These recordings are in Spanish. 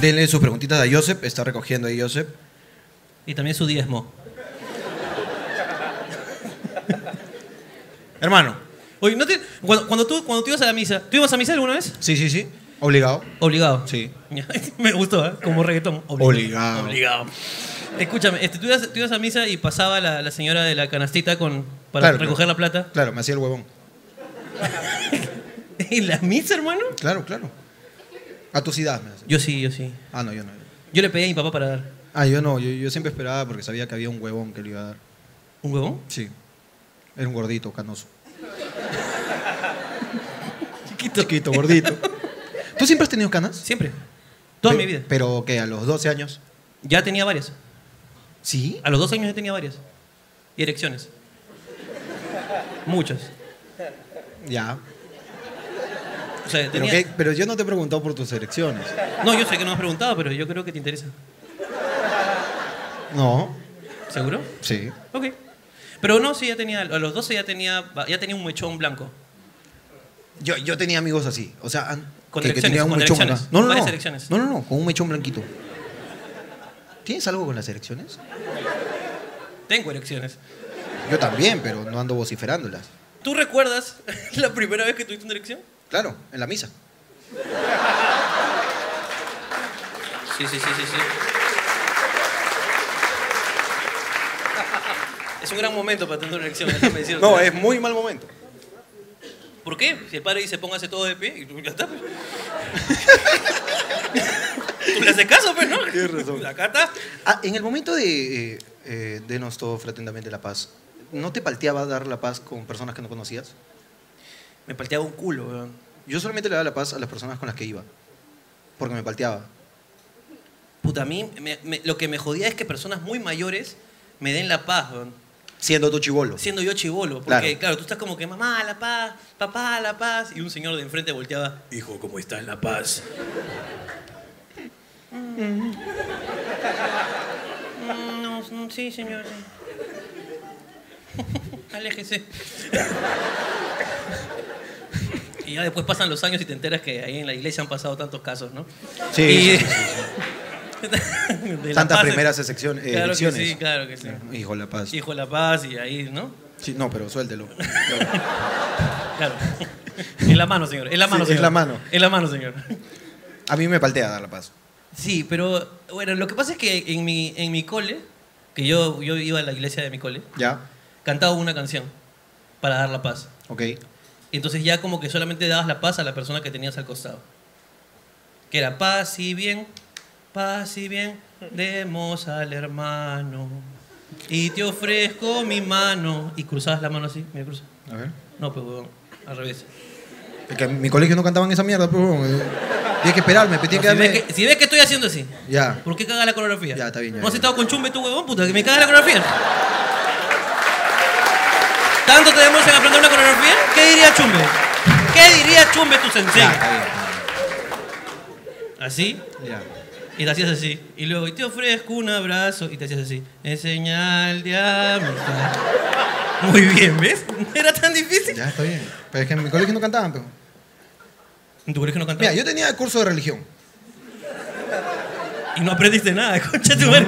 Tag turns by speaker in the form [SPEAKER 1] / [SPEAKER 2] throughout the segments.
[SPEAKER 1] denle sus preguntitas a Joseph, está recogiendo ahí Joseph.
[SPEAKER 2] Y también su diezmo.
[SPEAKER 1] Hermano,
[SPEAKER 2] Oye, ¿no te- cuando, cuando tú, cuando tú ibas a la misa, ¿tú ibas a misa alguna vez?
[SPEAKER 1] sí, sí, sí, obligado.
[SPEAKER 2] Obligado.
[SPEAKER 1] Sí.
[SPEAKER 2] Ya, Me gustó, ¿eh? Como reggaetón.
[SPEAKER 1] Obligado.
[SPEAKER 2] Obligado. Escúchame, este, tú, ibas, tú ibas a misa y pasaba la, la señora de la canastita con, para
[SPEAKER 1] Claro,
[SPEAKER 2] recoger la plata.
[SPEAKER 1] Claro, me hacía el huevón.
[SPEAKER 2] ¿En la misa, hermano?
[SPEAKER 1] Claro, claro. A tus edad me hacía.
[SPEAKER 2] Yo sí, yo sí.
[SPEAKER 1] Ah, no, yo no.
[SPEAKER 2] Yo le pedí a mi papá para dar.
[SPEAKER 1] Ah, yo no, yo, yo siempre esperaba porque sabía que había un huevón que le iba a dar.
[SPEAKER 2] ¿Un huevón?
[SPEAKER 1] Sí. Era un gordito, canoso.
[SPEAKER 2] Chiquito.
[SPEAKER 1] Chiquito, gordito. ¿Tú siempre has tenido canas?
[SPEAKER 2] Siempre. Toda
[SPEAKER 1] Pe-
[SPEAKER 2] mi vida.
[SPEAKER 1] ¿Pero qué? ¿A los 12 años?
[SPEAKER 2] Ya tenía varias.
[SPEAKER 1] ¿Sí?
[SPEAKER 2] A los dos años ya tenía varias. Y erecciones. Muchas.
[SPEAKER 1] Ya.
[SPEAKER 2] O sea,
[SPEAKER 1] Pero,
[SPEAKER 2] tenía...
[SPEAKER 1] qué- pero yo no te he preguntado por tus elecciones.
[SPEAKER 2] No, yo sé que no me has preguntado, pero yo creo que te interesa.
[SPEAKER 1] No.
[SPEAKER 2] ¿Seguro?
[SPEAKER 1] Sí.
[SPEAKER 2] Ok. Pero no, sí, ya tenía, a los 12 ya tenía, ya tenía un mechón blanco.
[SPEAKER 1] Yo, yo tenía amigos así. O sea, an-
[SPEAKER 2] Con
[SPEAKER 1] que, que
[SPEAKER 2] elecciones,
[SPEAKER 1] tenía un
[SPEAKER 2] con
[SPEAKER 1] mechón
[SPEAKER 2] elecciones,
[SPEAKER 1] acá. No, no,
[SPEAKER 2] varias
[SPEAKER 1] no.
[SPEAKER 2] elecciones.
[SPEAKER 1] No, no, no. Con un mechón blanquito. ¿Tienes algo con las elecciones?
[SPEAKER 2] Tengo erecciones.
[SPEAKER 1] Yo también, pero no ando vociferándolas.
[SPEAKER 2] ¿Tú recuerdas la primera vez que tuviste una erección?
[SPEAKER 1] Claro, en la misa.
[SPEAKER 2] Sí, sí, sí, sí, sí. Es un gran momento para tener una erección, déjame decirlo.
[SPEAKER 1] No, es muy mal momento.
[SPEAKER 2] ¿Por qué? Si el padre dice póngase todo de pie, y tú ya está. pues. tú le haces caso, pues, ¿no?
[SPEAKER 1] Tienes razón.
[SPEAKER 2] Acá está.
[SPEAKER 1] Ah, en el momento de eh, eh, Denos todo fraternamente la paz, ¿no te palteaba dar la paz con personas que no conocías?
[SPEAKER 2] Me palteaba un culo, weón.
[SPEAKER 1] Yo solamente le daba la paz a las personas con las que iba. Porque me palteaba.
[SPEAKER 2] Puta, a mí me- me- lo que me jodía es que personas muy mayores me den la paz, weón.
[SPEAKER 1] Siendo tu chivolo.
[SPEAKER 2] siendo yo chivolo, porque
[SPEAKER 1] Claro.
[SPEAKER 2] claro. tú estás como que mamá, la paz, papá, la paz, y un señor de enfrente volteaba, hijo, ¿cómo estás, la paz? Mm. Mm, No, no, sí, señor. sí. Aléjese. y ya después pasan los años y te enteras que ahí en la iglesia han pasado tantos casos, ¿no?
[SPEAKER 1] Sí,
[SPEAKER 2] Y-
[SPEAKER 1] sí, sí,
[SPEAKER 2] De la
[SPEAKER 1] Tantas
[SPEAKER 2] paz-
[SPEAKER 1] primeras excepcion- eh,
[SPEAKER 2] Claro que
[SPEAKER 1] elecciones.
[SPEAKER 2] sí, claro que sí.
[SPEAKER 1] Hijo de la paz.
[SPEAKER 2] Hijo de la paz y ahí, ¿no?
[SPEAKER 1] Sí, no, pero suéltelo.
[SPEAKER 2] Claro. En la mano, señor. En la mano,
[SPEAKER 1] Sí, en
[SPEAKER 2] señor.
[SPEAKER 1] la mano.
[SPEAKER 2] En la mano, señor.
[SPEAKER 1] A mí me paltea dar la paz.
[SPEAKER 2] Sí, pero bueno, lo que pasa es que en mi, en mi cole, que yo, yo iba a la iglesia de mi cole,
[SPEAKER 1] ¿Ya?
[SPEAKER 2] cantaba una canción para dar la paz.
[SPEAKER 1] Ok.
[SPEAKER 2] Entonces ya como que solamente dabas la paz a la persona que tenías al costado. Que era paz y bien, paz y bien, demos al hermano. Y te ofrezco mi mano. Y cruzabas la mano así, me cruza.
[SPEAKER 1] A ver.
[SPEAKER 2] No, pero huevón, al revés.
[SPEAKER 1] Es que en mi colegio no cantaban esa mierda, pero bueno, eh, Tienes que esperarme, pero
[SPEAKER 2] No,
[SPEAKER 1] tienes
[SPEAKER 2] si,
[SPEAKER 1] que darme.
[SPEAKER 2] ves que, si ves que estoy haciendo así,
[SPEAKER 1] Ya.
[SPEAKER 2] ¿Por qué caga la coreografía?
[SPEAKER 1] Ya, está bien, ya,
[SPEAKER 2] ¿No has
[SPEAKER 1] ya.
[SPEAKER 2] estado con chumbe tú, huevón, puta? Que me caga la coreografía. ¿Tanto te demoras en aprender una coreografía? ¿Qué diría chumbe? ¿Qué diría chumbe tu sensei?
[SPEAKER 1] Ya, está
[SPEAKER 2] Así,
[SPEAKER 1] bien. Ya.
[SPEAKER 2] y te hacías así. Y luego, y te ofrezco un abrazo, y te hacías así. En señal de amistad. Muy bien, ¿ves? ¿No era tan difícil?
[SPEAKER 1] Ya, está bien. Pero es que en mi colegio no cantaban, pero.
[SPEAKER 2] ¿En tu colegio no
[SPEAKER 1] Mira,
[SPEAKER 2] cantaba?
[SPEAKER 1] yo tenía curso de religión.
[SPEAKER 2] Y no aprendiste nada, concha tu madre.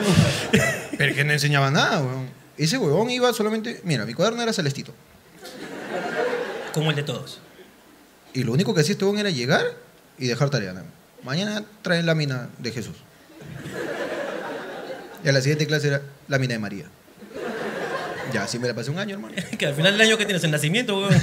[SPEAKER 1] Pero es que no enseñaba nada, weón. Ese huevón iba solamente. Mira, mi cuaderno era celestito.
[SPEAKER 2] Como el de todos.
[SPEAKER 1] Y lo único que hacía este huevón era llegar y dejar tarea. nada más. Mañana traen lámina de Jesús. Y a la siguiente clase era lámina de María. Ya, así me la pasé un año, hermano.
[SPEAKER 2] Que al final del año que tienes el nacimiento, huevón.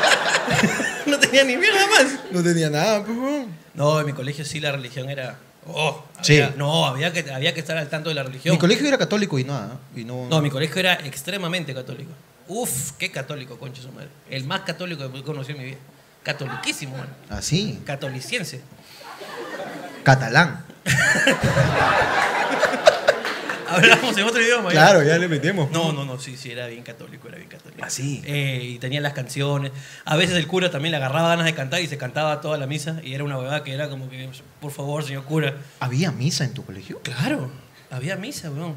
[SPEAKER 2] no tenía ni mierda más.
[SPEAKER 1] No tenía nada, pues, huevón.
[SPEAKER 2] No, en mi colegio sí la religión era. Oh,
[SPEAKER 1] Sí.
[SPEAKER 2] había- no, había que, había que estar al tanto de la religión.
[SPEAKER 1] Mi colegio era católico y nada. Y no,
[SPEAKER 2] no, mi colegio era extremadamente católico. Uf, qué católico, concha su madre. El más católico que conocí en mi vida. Catoliquísimo, mano.
[SPEAKER 1] Así,
[SPEAKER 2] Catoliciense.
[SPEAKER 1] catalán.
[SPEAKER 2] Hablábamos en otro idioma. ya.
[SPEAKER 1] Claro, ya le metemos.
[SPEAKER 2] No, no, no, sí, sí, era bien católico, era bien católico.
[SPEAKER 1] ¿Ah, sí?
[SPEAKER 2] Eh, y tenía las canciones. A veces el cura también le agarraba ganas de cantar y se cantaba toda la misa. Y era una huevada que era como que, por favor, señor cura.
[SPEAKER 1] ¿Había misa en tu colegio?
[SPEAKER 2] Claro, había misa, weón.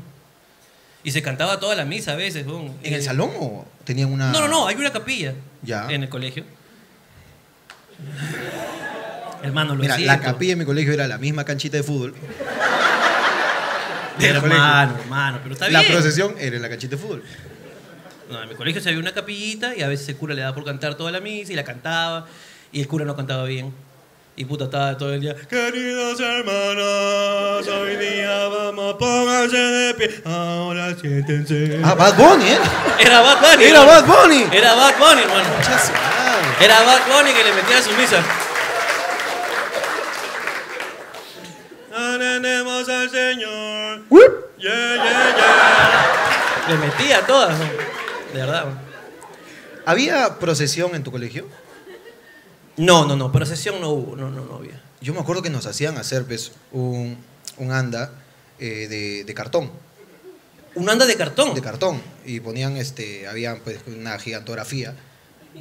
[SPEAKER 2] Y se cantaba toda la misa a veces, weón.
[SPEAKER 1] ¿En
[SPEAKER 2] Eh,
[SPEAKER 1] el salón o tenían una.?
[SPEAKER 2] No, no, no, hay una capilla.
[SPEAKER 1] Ya.
[SPEAKER 2] En el colegio. Hermano, lo
[SPEAKER 3] Mira,
[SPEAKER 2] siento.
[SPEAKER 3] la capilla en mi colegio era la misma canchita de fútbol. del
[SPEAKER 2] Hermano, hermano, pero está
[SPEAKER 3] la
[SPEAKER 2] bien.
[SPEAKER 3] procesión era en la canchita de fútbol.
[SPEAKER 2] No, en mi colegio se había una capillita y a veces el cura le daba por cantar toda la misa y la cantaba y el cura no cantaba bien. Y puta estaba todo el día. Queridos hermanos, hoy día vamos, pónganse de pie. Ahora siéntense.
[SPEAKER 1] Ah, Bad Bunny, ¿eh?
[SPEAKER 2] Era Bad Bunny.
[SPEAKER 1] ¡Era
[SPEAKER 2] hermano.
[SPEAKER 1] Bad Bunny!
[SPEAKER 2] Era Bad Bunny, hermano.
[SPEAKER 1] Ya se va.
[SPEAKER 2] Era Bad Bunny que le metía su misa. Tenemos al Señor. Yeah, yeah, yeah. Le metía a todas, ¿no? De verdad, ¿no?
[SPEAKER 1] ¿Había procesión en tu colegio?
[SPEAKER 2] No, no, no, procesión no hubo, no, no, no había.
[SPEAKER 1] Yo me acuerdo que nos hacían hacer pues, un, un anda eh, de, de cartón,
[SPEAKER 2] Un anda de cartón.
[SPEAKER 1] de cartón, y ponían, este, había pues, una gigantografía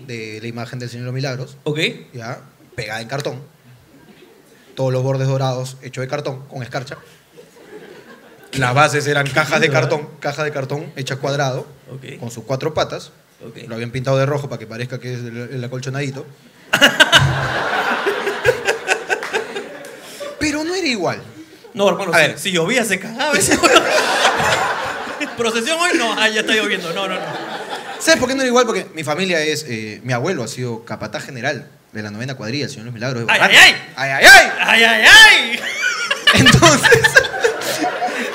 [SPEAKER 1] de la imagen del Señor de los Milagros,
[SPEAKER 2] ok.
[SPEAKER 1] ya, pegada en cartón, todos los bordes dorados hechos de cartón, con escarcha. Las bases eran cajas de
[SPEAKER 2] lindo,
[SPEAKER 1] cartón, caja de cartón hecha cuadrado,
[SPEAKER 2] Ok.
[SPEAKER 1] con sus cuatro patas.
[SPEAKER 2] Ok.
[SPEAKER 1] Lo habían pintado de rojo para que parezca que es el, el acolchonadito. Pero no era igual.
[SPEAKER 2] No, hermano,
[SPEAKER 1] A
[SPEAKER 2] si,
[SPEAKER 1] ver.
[SPEAKER 2] si llovía se cagaba ese Procesión hoy no, ah, ya está lloviendo, no, no, no.
[SPEAKER 1] ¿Sabes por qué no era igual? Porque mi familia es. eh, mi abuelo ha sido capataz general de la novena cuadrilla, el señor Los Milagros. de
[SPEAKER 2] ¡Ay,
[SPEAKER 1] Barranco.
[SPEAKER 2] ay,
[SPEAKER 1] ¡Ay, ay, ay!
[SPEAKER 2] ¡Ay, ay, ay!
[SPEAKER 1] Entonces.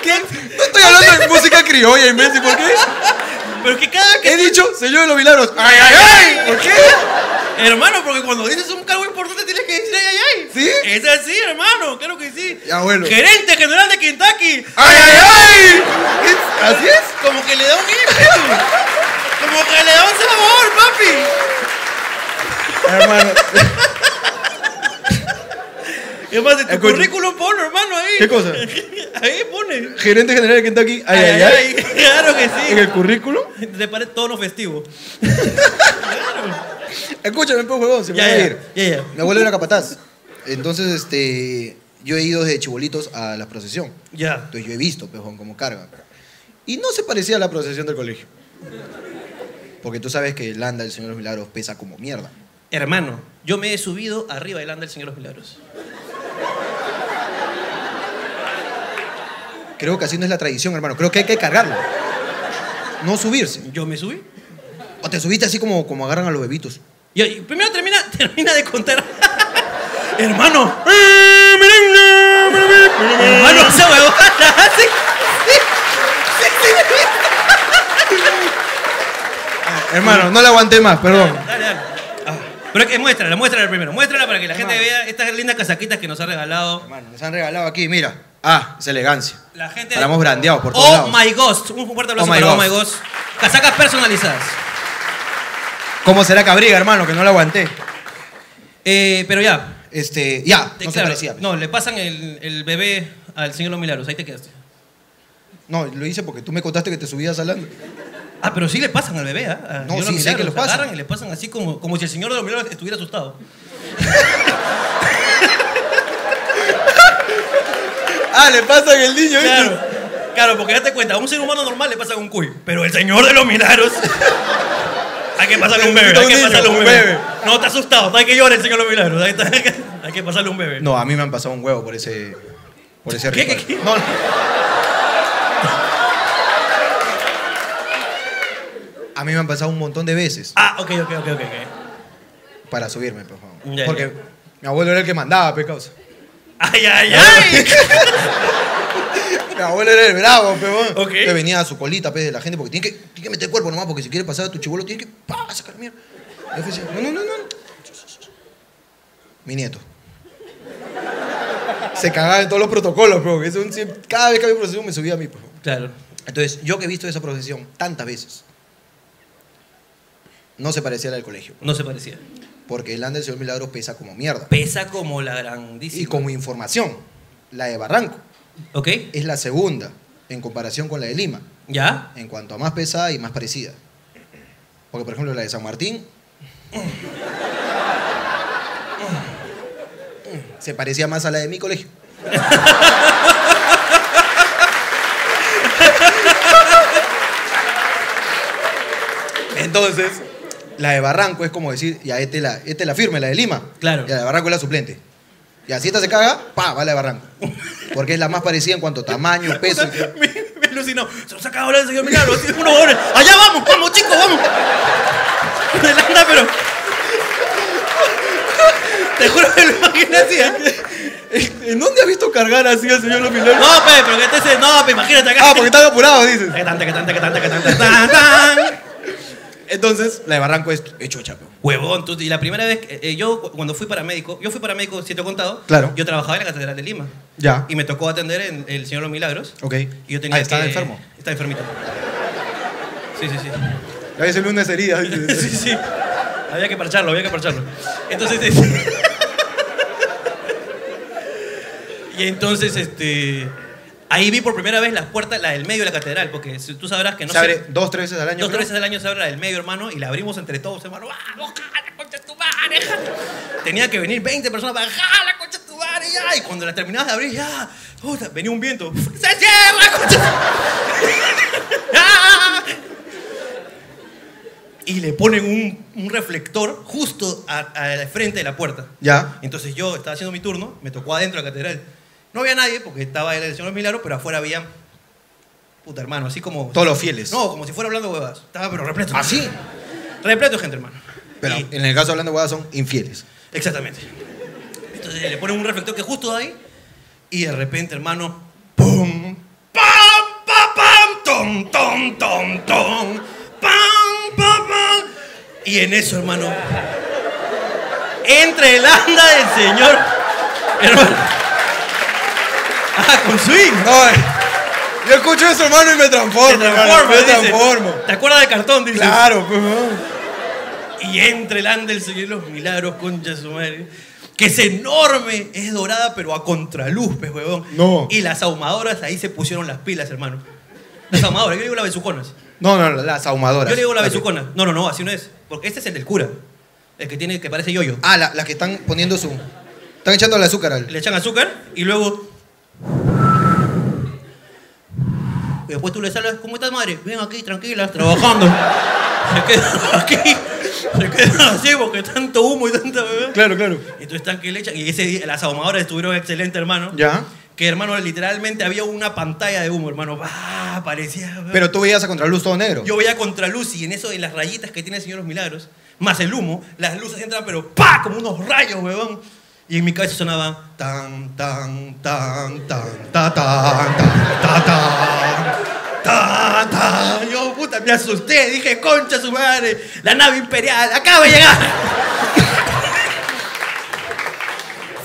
[SPEAKER 1] No estoy hablando de música criolla, imbécil, ¿por qué?
[SPEAKER 2] Pero que cada que.
[SPEAKER 1] He dicho señor de los Milagros. ¡Ay, ay, ay! ¿Por qué?
[SPEAKER 2] Hermano, porque cuando dices un cargo importante tienes que decir ay, ay, ay.
[SPEAKER 1] ¿Sí?
[SPEAKER 2] Es así, hermano, claro que sí.
[SPEAKER 1] Ya, bueno.
[SPEAKER 2] Gerente general de Kentucky.
[SPEAKER 1] ¡Ay, ay, ay! ¿Es- ¿Así es?
[SPEAKER 2] Como que le da un ímpetu. Como que le da un sabor, papi.
[SPEAKER 1] Hermano,
[SPEAKER 2] Y además, de tu
[SPEAKER 1] Escucha.
[SPEAKER 2] currículum ponlo, hermano, ahí.
[SPEAKER 1] Eh, ¿Qué cosa?
[SPEAKER 2] Ahí pone.
[SPEAKER 1] gerente general de Kentucky. ¡Ay, ay, ay!
[SPEAKER 2] ay, Claro que
[SPEAKER 1] ¿En
[SPEAKER 2] sí.
[SPEAKER 1] el currículum?
[SPEAKER 2] Te parece tono festivo.
[SPEAKER 1] Escúchame, pues, huevón, se me
[SPEAKER 2] Ya,
[SPEAKER 1] va a
[SPEAKER 2] ya,
[SPEAKER 1] ir.
[SPEAKER 2] ya, ya.
[SPEAKER 1] Mi abuelo era capataz. Entonces, este, yo he ido desde chibolitos a la procesión.
[SPEAKER 2] Ya.
[SPEAKER 1] Entonces, yo he visto, pejón, cómo carga. Y no se parecía a la procesión del colegio. Porque tú sabes que el anda del Señor de los Milagros pesa como mierda.
[SPEAKER 2] Hermano, yo me he subido arriba del anda del Señor de los Milagros.
[SPEAKER 1] Creo que así no es la tradición, hermano. Creo que hay que cargarlo. No subirse.
[SPEAKER 2] Yo me subí.
[SPEAKER 1] O te subiste así como, como agarran a los bebitos.
[SPEAKER 2] Y, y primero termina, termina de contar. hermano. hermano, esa huevada. hace-
[SPEAKER 1] Hermano, no le aguanté más, perdón.
[SPEAKER 2] Dale, dale. Ah, Pero es que muéstrala, muéstrala primero. Muéstrala para que la gente vea estas lindas casaquitas que nos ha regalado.
[SPEAKER 1] Hermano, nos han regalado aquí, mira. Ah, es elegancia.
[SPEAKER 2] La gente.
[SPEAKER 1] Estamos brandeados por todos
[SPEAKER 2] Oh
[SPEAKER 1] lados.
[SPEAKER 2] my Ghost. Un fuerte aplauso
[SPEAKER 1] Oh my
[SPEAKER 2] para Oh
[SPEAKER 1] Ghost.
[SPEAKER 2] my Ghost. Casacas personalizadas.
[SPEAKER 1] ¿Cómo será Cabriga, hermano? Que no la aguanté.
[SPEAKER 2] Eh, pero ya,
[SPEAKER 1] Este, ya,
[SPEAKER 2] Te-
[SPEAKER 1] no se
[SPEAKER 2] claro,
[SPEAKER 1] parecía. pues.
[SPEAKER 2] no, le pasan el, el bebé al señor Los Milagros, ahí te quedaste.
[SPEAKER 1] No, lo hice porque tú me contaste que te subías al ando.
[SPEAKER 2] Ah, pero sí le pasan al bebé, ¿ah? Al
[SPEAKER 1] No, sí,
[SPEAKER 2] señor Los
[SPEAKER 1] sé que
[SPEAKER 2] Milagros,
[SPEAKER 1] lo pasan.
[SPEAKER 2] agarran y le pasan así como, como si el señor de los Milagros estuviera asustado.
[SPEAKER 1] Ah, le pasan el niño, ¿viste?
[SPEAKER 2] Claro, claro, porque date cuenta, a un ser humano normal le pasan un cuy, pero el señor de los Milagros. hay que pasarle un bebé,
[SPEAKER 1] Necesita
[SPEAKER 2] hay
[SPEAKER 1] un
[SPEAKER 2] que
[SPEAKER 1] niño,
[SPEAKER 2] pasarle un
[SPEAKER 1] un
[SPEAKER 2] bebé.
[SPEAKER 1] bebé.
[SPEAKER 2] No, está asustado, no hay que llorar el señor de los Milagros, ahí está, hay que pasarle un bebé.
[SPEAKER 1] No, a mí me han pasado un huevo por ese. Por ese
[SPEAKER 2] ¿Qué,
[SPEAKER 1] ritual.
[SPEAKER 2] qué, qué?
[SPEAKER 1] No, no. A mí me han pasado un montón de veces
[SPEAKER 2] Ah, ok, ok, ok, ok. ok.
[SPEAKER 1] para subirme, por favor.
[SPEAKER 2] Ya,
[SPEAKER 1] porque
[SPEAKER 2] ya.
[SPEAKER 1] mi abuelo era el que mandaba, pe causa.
[SPEAKER 2] ¡Ay, ay, ay!
[SPEAKER 1] Mi abuelo era el bravo, peón.
[SPEAKER 2] Ok.
[SPEAKER 1] Que venía a su colita, pe, de la gente, porque tiene que, tiene que meter el cuerpo nomás, porque si quiere pasar a tu chibolo, tiene que pa, sacar mierda. Y yo decía, no, no, no, no. Mi nieto. Se cagaba en todos los protocolos, peón. Es un, siem- cada vez que había procesión me subía a mí, peón.
[SPEAKER 2] Claro.
[SPEAKER 1] Entonces, yo que he visto esa procesión tantas veces, no se parecía a la del colegio.
[SPEAKER 2] No se parecía.
[SPEAKER 1] Porque el Ander del Señor Milagro pesa como mierda.
[SPEAKER 2] Pesa como la
[SPEAKER 1] Y
[SPEAKER 2] grandísima.
[SPEAKER 1] como información, la de Barranco
[SPEAKER 2] ¿Ok?
[SPEAKER 1] es la segunda en comparación con la de Lima,
[SPEAKER 2] ¿Ya?
[SPEAKER 1] en cuanto a más pesada y más parecida. Porque, por ejemplo, la de San Martín se parecía más a la de mi colegio. Entonces, la de Barranco es como decir, ya, este la, este la firme, la de Lima.
[SPEAKER 2] Claro.
[SPEAKER 1] Y la de Barranco es la suplente. Y así esta se caga, pa, va a la de Barranco. Porque es la más parecida en cuanto a tamaño, peso.
[SPEAKER 2] me, me alucinó. Se nos acaba de hablar del señor Milagro. Así, unos huevones. Allá vamos, vamos, chicos, vamos. Adelanta, pero. Te juro que lo imaginé así. ¿eh?
[SPEAKER 1] ¿En dónde has visto cargar así al señor Los Milagros?
[SPEAKER 2] No, pe, pero que te se. No, pe, imagínate acá.
[SPEAKER 1] Ah, porque están apurados, dices.
[SPEAKER 2] Taca, tan, taca, tan, taca, tan, taca, tan, tan, tan.
[SPEAKER 1] Entonces, la de Barranco es hecho chapo.
[SPEAKER 2] Huevón, tú, y la primera vez, que- eh, yo cu- cuando fui paramédico, yo fui paramédico, si te he contado,
[SPEAKER 1] Claro.
[SPEAKER 2] yo trabajaba en la Catedral de Lima
[SPEAKER 1] Ya.
[SPEAKER 2] y me tocó atender en el Señor Los Milagros.
[SPEAKER 1] Ok.
[SPEAKER 2] Y yo tenía
[SPEAKER 1] ah, estaba
[SPEAKER 2] que-
[SPEAKER 1] enfermo.
[SPEAKER 2] Estaba enfermito. Sí, sí, sí.
[SPEAKER 1] A veces lunes heridas, dices.
[SPEAKER 2] Sí, sí. Había que parcharlo, había que parcharlo. Entonces, este... Y entonces, este... Ahí vi por primera vez las puertas, la del medio de la catedral, porque si- tú sabrás que no
[SPEAKER 1] se abre
[SPEAKER 2] sé-
[SPEAKER 1] dos, tres veces al año.
[SPEAKER 2] Dos
[SPEAKER 1] creo.
[SPEAKER 2] tres veces al año se abre la del medio, hermano, y la abrimos entre todos, hermano. ¡Vamos, jala, concha de tu madre! jala! Tenía que venir 20 personas para ¡Jala, concha de tu madre! Ya! Y cuando la terminabas de abrir, ya. puta, venía un viento. ¡Se cierra, concha! de tu-! ¡Ah! y le ponen un, un reflector justo a, a la frente de la puerta.
[SPEAKER 1] Ya.
[SPEAKER 2] Entonces yo estaba haciendo mi turno, me tocó adentro de la catedral. No había nadie porque estaba el Señor Milagro, pero afuera había. Puta hermano, así como.
[SPEAKER 1] Todos los fieles.
[SPEAKER 2] No, como si fuera hablando huevas. Estaba pero repleto.
[SPEAKER 1] ¿Ah, sí?
[SPEAKER 2] Repleto de gente, hermano.
[SPEAKER 1] Pero
[SPEAKER 2] Y-
[SPEAKER 1] en el caso de hablando huevadas son infieles.
[SPEAKER 2] exactamente. Entonces le ponen un reflector que justo da ahí y de repente, hermano, ¡pum! ¡Pam, pam, pam! ¡Tom, tom, tom, tom! ¡Pam, pam, pam! Y en eso, hermano, entre el anda del señor. Hermano. Ah, con swing.
[SPEAKER 1] Ay, yo escucho eso, hermano, y me transformo.
[SPEAKER 2] Te transforma,
[SPEAKER 1] hermano, me
[SPEAKER 2] dice.
[SPEAKER 1] transformo.
[SPEAKER 2] ¿Te acuerdas del cartón? Dice.
[SPEAKER 1] Claro, pues, weón.
[SPEAKER 2] Y entre el anda del Señor de los Milagros, concha de su madre. Que es enorme, es dorada, pero a contraluz, pues, huevón.
[SPEAKER 1] No.
[SPEAKER 2] Y las ahumadoras ahí se pusieron las pilas, hermano. Las ahumadoras, yo digo las besuconas.
[SPEAKER 1] No, no, las ahumadoras.
[SPEAKER 2] Yo le digo las
[SPEAKER 1] Las-
[SPEAKER 2] besuconas. No, no, no, así no es. Porque este es el del cura. El que tiene, que parece yoyo.
[SPEAKER 1] Ah, la- las que están poniendo su. Están echando el azúcar al.
[SPEAKER 2] Le echan azúcar y luego. Y después tú le saludas, ¿cómo estás, madre? Bien aquí, tranquila, trabajando. Se quedan aquí, se quedan así porque tanto humo y tanta bebé.
[SPEAKER 1] Claro, claro.
[SPEAKER 2] Entonces están que le echan. Y ese día las ahumadoras estuvieron excelentes, hermano.
[SPEAKER 1] Ya.
[SPEAKER 2] Que hermano, literalmente había una pantalla de humo, hermano. Bah, parecía.
[SPEAKER 1] Pero tú veías a contraluz todo negro.
[SPEAKER 2] yo veía contraluz y en eso de las rayitas que tiene el Señor de los Milagros, más el humo, las luces entran, pero ¡pa! como unos rayos, huevón. Y en mi cabeza sonaba tan, tan, tan, tan, ta, tan, tan, ta, tan. Ta, ta. Yo, puta, me asusté, dije, concha su madre, la nave imperial, acaba de llegar.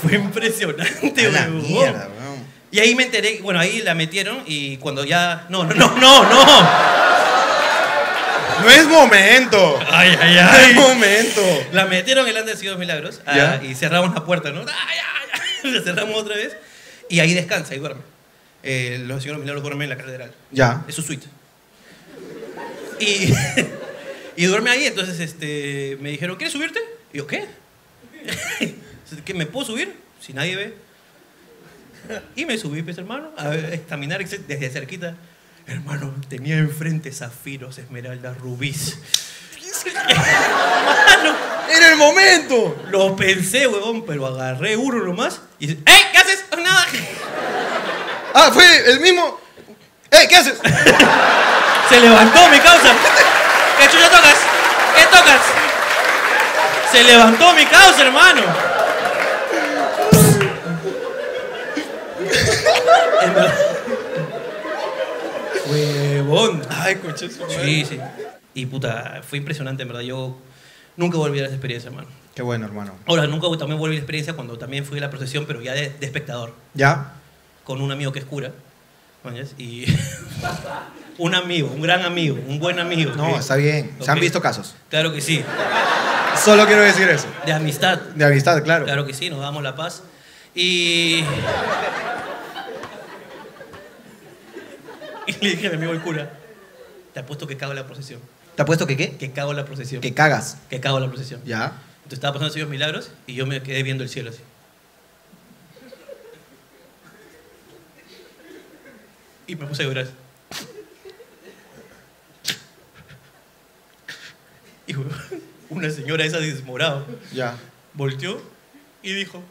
[SPEAKER 2] Fue impresionante,
[SPEAKER 1] A la
[SPEAKER 2] huevón.
[SPEAKER 1] mierda, weón.
[SPEAKER 2] Y ahí me enteré, bueno, ahí la metieron y cuando ya. No, no, no, no, no.
[SPEAKER 1] No es momento.
[SPEAKER 2] Ay, ay,
[SPEAKER 1] No es momento.
[SPEAKER 2] La metieron en el Andes y dos milagros ah,
[SPEAKER 1] Ya.
[SPEAKER 2] y cerramos la puerta, ¿no? Ay, ay, ay. La cerramos otra vez y ahí descansa y duerme. Eh, los señores milagros duermen en la catedral.
[SPEAKER 1] Ya.
[SPEAKER 2] Es su suite. Y, y duerme ahí, entonces este, me dijeron, ¿quieres subirte? Y yo, ¿qué? ¿Qué, ¿Me puedo subir? Si nadie ve. Y me subí, pues, hermano, a ver, a examinar etc- desde cerquita. Hermano, tenía enfrente zafiros, esmeraldas, rubíes. Hermano,
[SPEAKER 1] Era el momento.
[SPEAKER 2] lo pensé, huevón, pero agarré uno nomás y dice, ¡Eh! ¿Qué haces? Oh, nada.
[SPEAKER 1] Ah, fue el mismo. ¡Eh, qué haces!
[SPEAKER 2] Se levantó mi causa. ¿Qué chucha tocas? ¿Qué tocas? Se levantó mi causa, hermano. En verdad. Huevón.
[SPEAKER 1] Ay, coche, su madre.
[SPEAKER 2] Sí, sí. Y puta, fue impresionante, en verdad. Yo nunca volví a esa experiencia, hermano.
[SPEAKER 1] Qué bueno, hermano.
[SPEAKER 2] Ahora, nunca también volví a la experiencia cuando también fui a la procesión, pero ya de- de espectador.
[SPEAKER 1] Ya.
[SPEAKER 2] con un amigo que es cura. ¿mañas? Y un amigo, un gran amigo, un buen amigo.
[SPEAKER 1] No,
[SPEAKER 2] ¿ok?
[SPEAKER 1] está bien. Se han
[SPEAKER 2] Ok.
[SPEAKER 1] visto casos.
[SPEAKER 2] Claro que sí,
[SPEAKER 1] Solo quiero decir eso.
[SPEAKER 2] de amistad.
[SPEAKER 1] De amistad, claro.
[SPEAKER 2] Claro que sí, nos damos la paz. Y... y le dije a mi amigo el cura, te apuesto que cago en la procesión.
[SPEAKER 1] ¿Te ha puesto que qué?
[SPEAKER 2] Que cago en la procesión.
[SPEAKER 1] Que cagas.
[SPEAKER 2] Que cago en la procesión.
[SPEAKER 1] Ya.
[SPEAKER 2] Entonces estaba pasando esos milagros y yo me quedé viendo el cielo así. Y me puse a llorar. Y huevón, una señora esa desmorada
[SPEAKER 1] Ya.
[SPEAKER 2] volteó y dijo,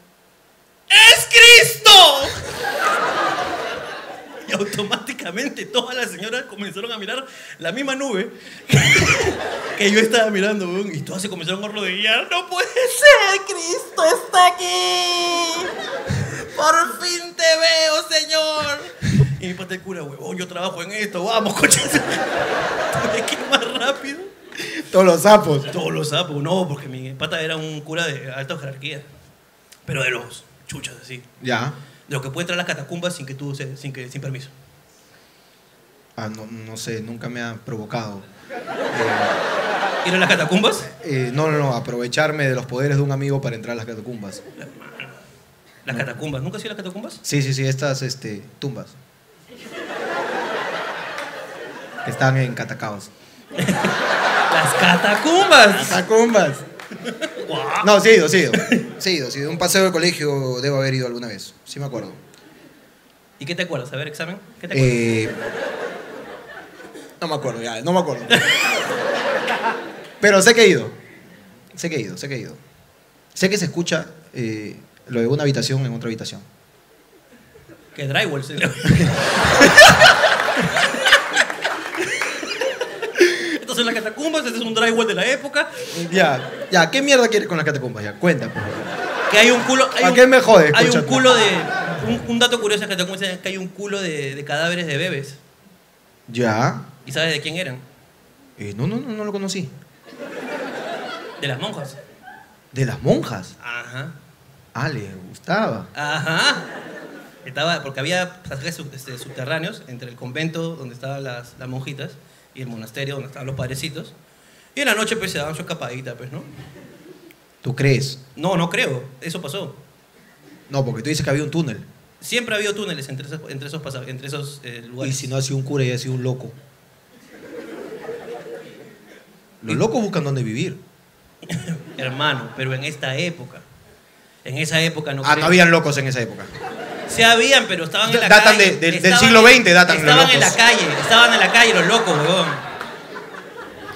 [SPEAKER 2] ¡Es es Cristo! Y automáticamente todas las señoras comenzaron a mirar la misma nube que yo estaba mirando, weón, y todas se comenzaron a rodear. ¡No puede ser! ¡Cristo está aquí! ¡Por fin te veo, Señor! Y mi pata el cura, huevón, yo trabajo en esto, vamos, coche. Tuve que ir más rápido.
[SPEAKER 1] Todos los sapos.
[SPEAKER 2] Todos los sapos, no, porque mi pata era un cura de alta jerarquía. Pero de los chuchas, así.
[SPEAKER 1] Ya.
[SPEAKER 2] De los que puede entrar a las catacumbas sin que tú, se- sin, que, sin permiso.
[SPEAKER 1] Ah, no, no sé, nunca me ha provocado.
[SPEAKER 2] ¿Ir a las catacumbas?
[SPEAKER 1] Eh, no, no, no, aprovecharme de los poderes de un amigo para entrar a las catacumbas.
[SPEAKER 2] Las catacumbas. ¿Nunca has ido a las catacumbas?
[SPEAKER 1] Sí, sí, sí, estas este, tumbas. Que están en catacaos.
[SPEAKER 2] ¡Las catacumbas!
[SPEAKER 1] ¿Catacumbas?
[SPEAKER 2] ¡Guau!
[SPEAKER 1] Ah. No, sí he ido, sí he ido. Sí he ido, sí he ido. Un paseo de colegio debo haber ido alguna vez. Sí me acuerdo.
[SPEAKER 2] ¿Y qué te acuerdas? A ver, examen. ¿Qué te acuerdas?
[SPEAKER 1] Eh, no me acuerdo, ya, no me acuerdo. Pero sé que he ido. Sé que he ido, sé que he ido. Sé que se escucha eh, lo de una habitación en otra habitación.
[SPEAKER 2] Que drywall. se le- Estas son las catacumbas, este es un drywall de la época.
[SPEAKER 1] Ya, ya, ¿qué mierda quieres con las catacumbas? Ya, cuenta, por favor.
[SPEAKER 2] Que hay un culo. Hay
[SPEAKER 1] ¿A
[SPEAKER 2] un,
[SPEAKER 1] qué me jodes,
[SPEAKER 2] Hay un
[SPEAKER 1] concha tu-
[SPEAKER 2] culo de. Un, un dato curioso que te cuento es que hay un culo de, de cadáveres de bebés.
[SPEAKER 1] Ya.
[SPEAKER 2] ¿Y sabes de quién eran?
[SPEAKER 1] Eh, no, no, no, no lo conocí.
[SPEAKER 2] De las monjas.
[SPEAKER 1] De las monjas.
[SPEAKER 2] Ajá.
[SPEAKER 1] Ah, le gustaba.
[SPEAKER 2] Ajá. Estaba, porque había pasajes sub- este, subterráneos entre el convento donde estaban las, las monjitas y el monasterio donde estaban los padrecitos. Y en la noche pues se daban su escapadita, pues, ¿no?
[SPEAKER 1] ¿Tú crees?
[SPEAKER 2] No, no creo. Eso pasó.
[SPEAKER 1] No, porque tú dices que había un túnel.
[SPEAKER 2] Siempre ha habido túneles entre esos, entre esos, pasa- entre esos eh, lugares.
[SPEAKER 1] Y si no ha sido un cura y ha sido un loco. Los locos buscan dónde vivir.
[SPEAKER 2] Hermano, pero en esta época. En esa época no
[SPEAKER 1] ah,
[SPEAKER 2] creo.
[SPEAKER 1] no habían locos en esa época.
[SPEAKER 2] Se habían, pero estaban en la
[SPEAKER 1] Datan
[SPEAKER 2] calle.
[SPEAKER 1] de- del- del
[SPEAKER 2] Estaban
[SPEAKER 1] siglo
[SPEAKER 2] en-
[SPEAKER 1] XX datan los
[SPEAKER 2] Estaban en la
[SPEAKER 1] locos.
[SPEAKER 2] calle, estaban en la calle los locos, weón.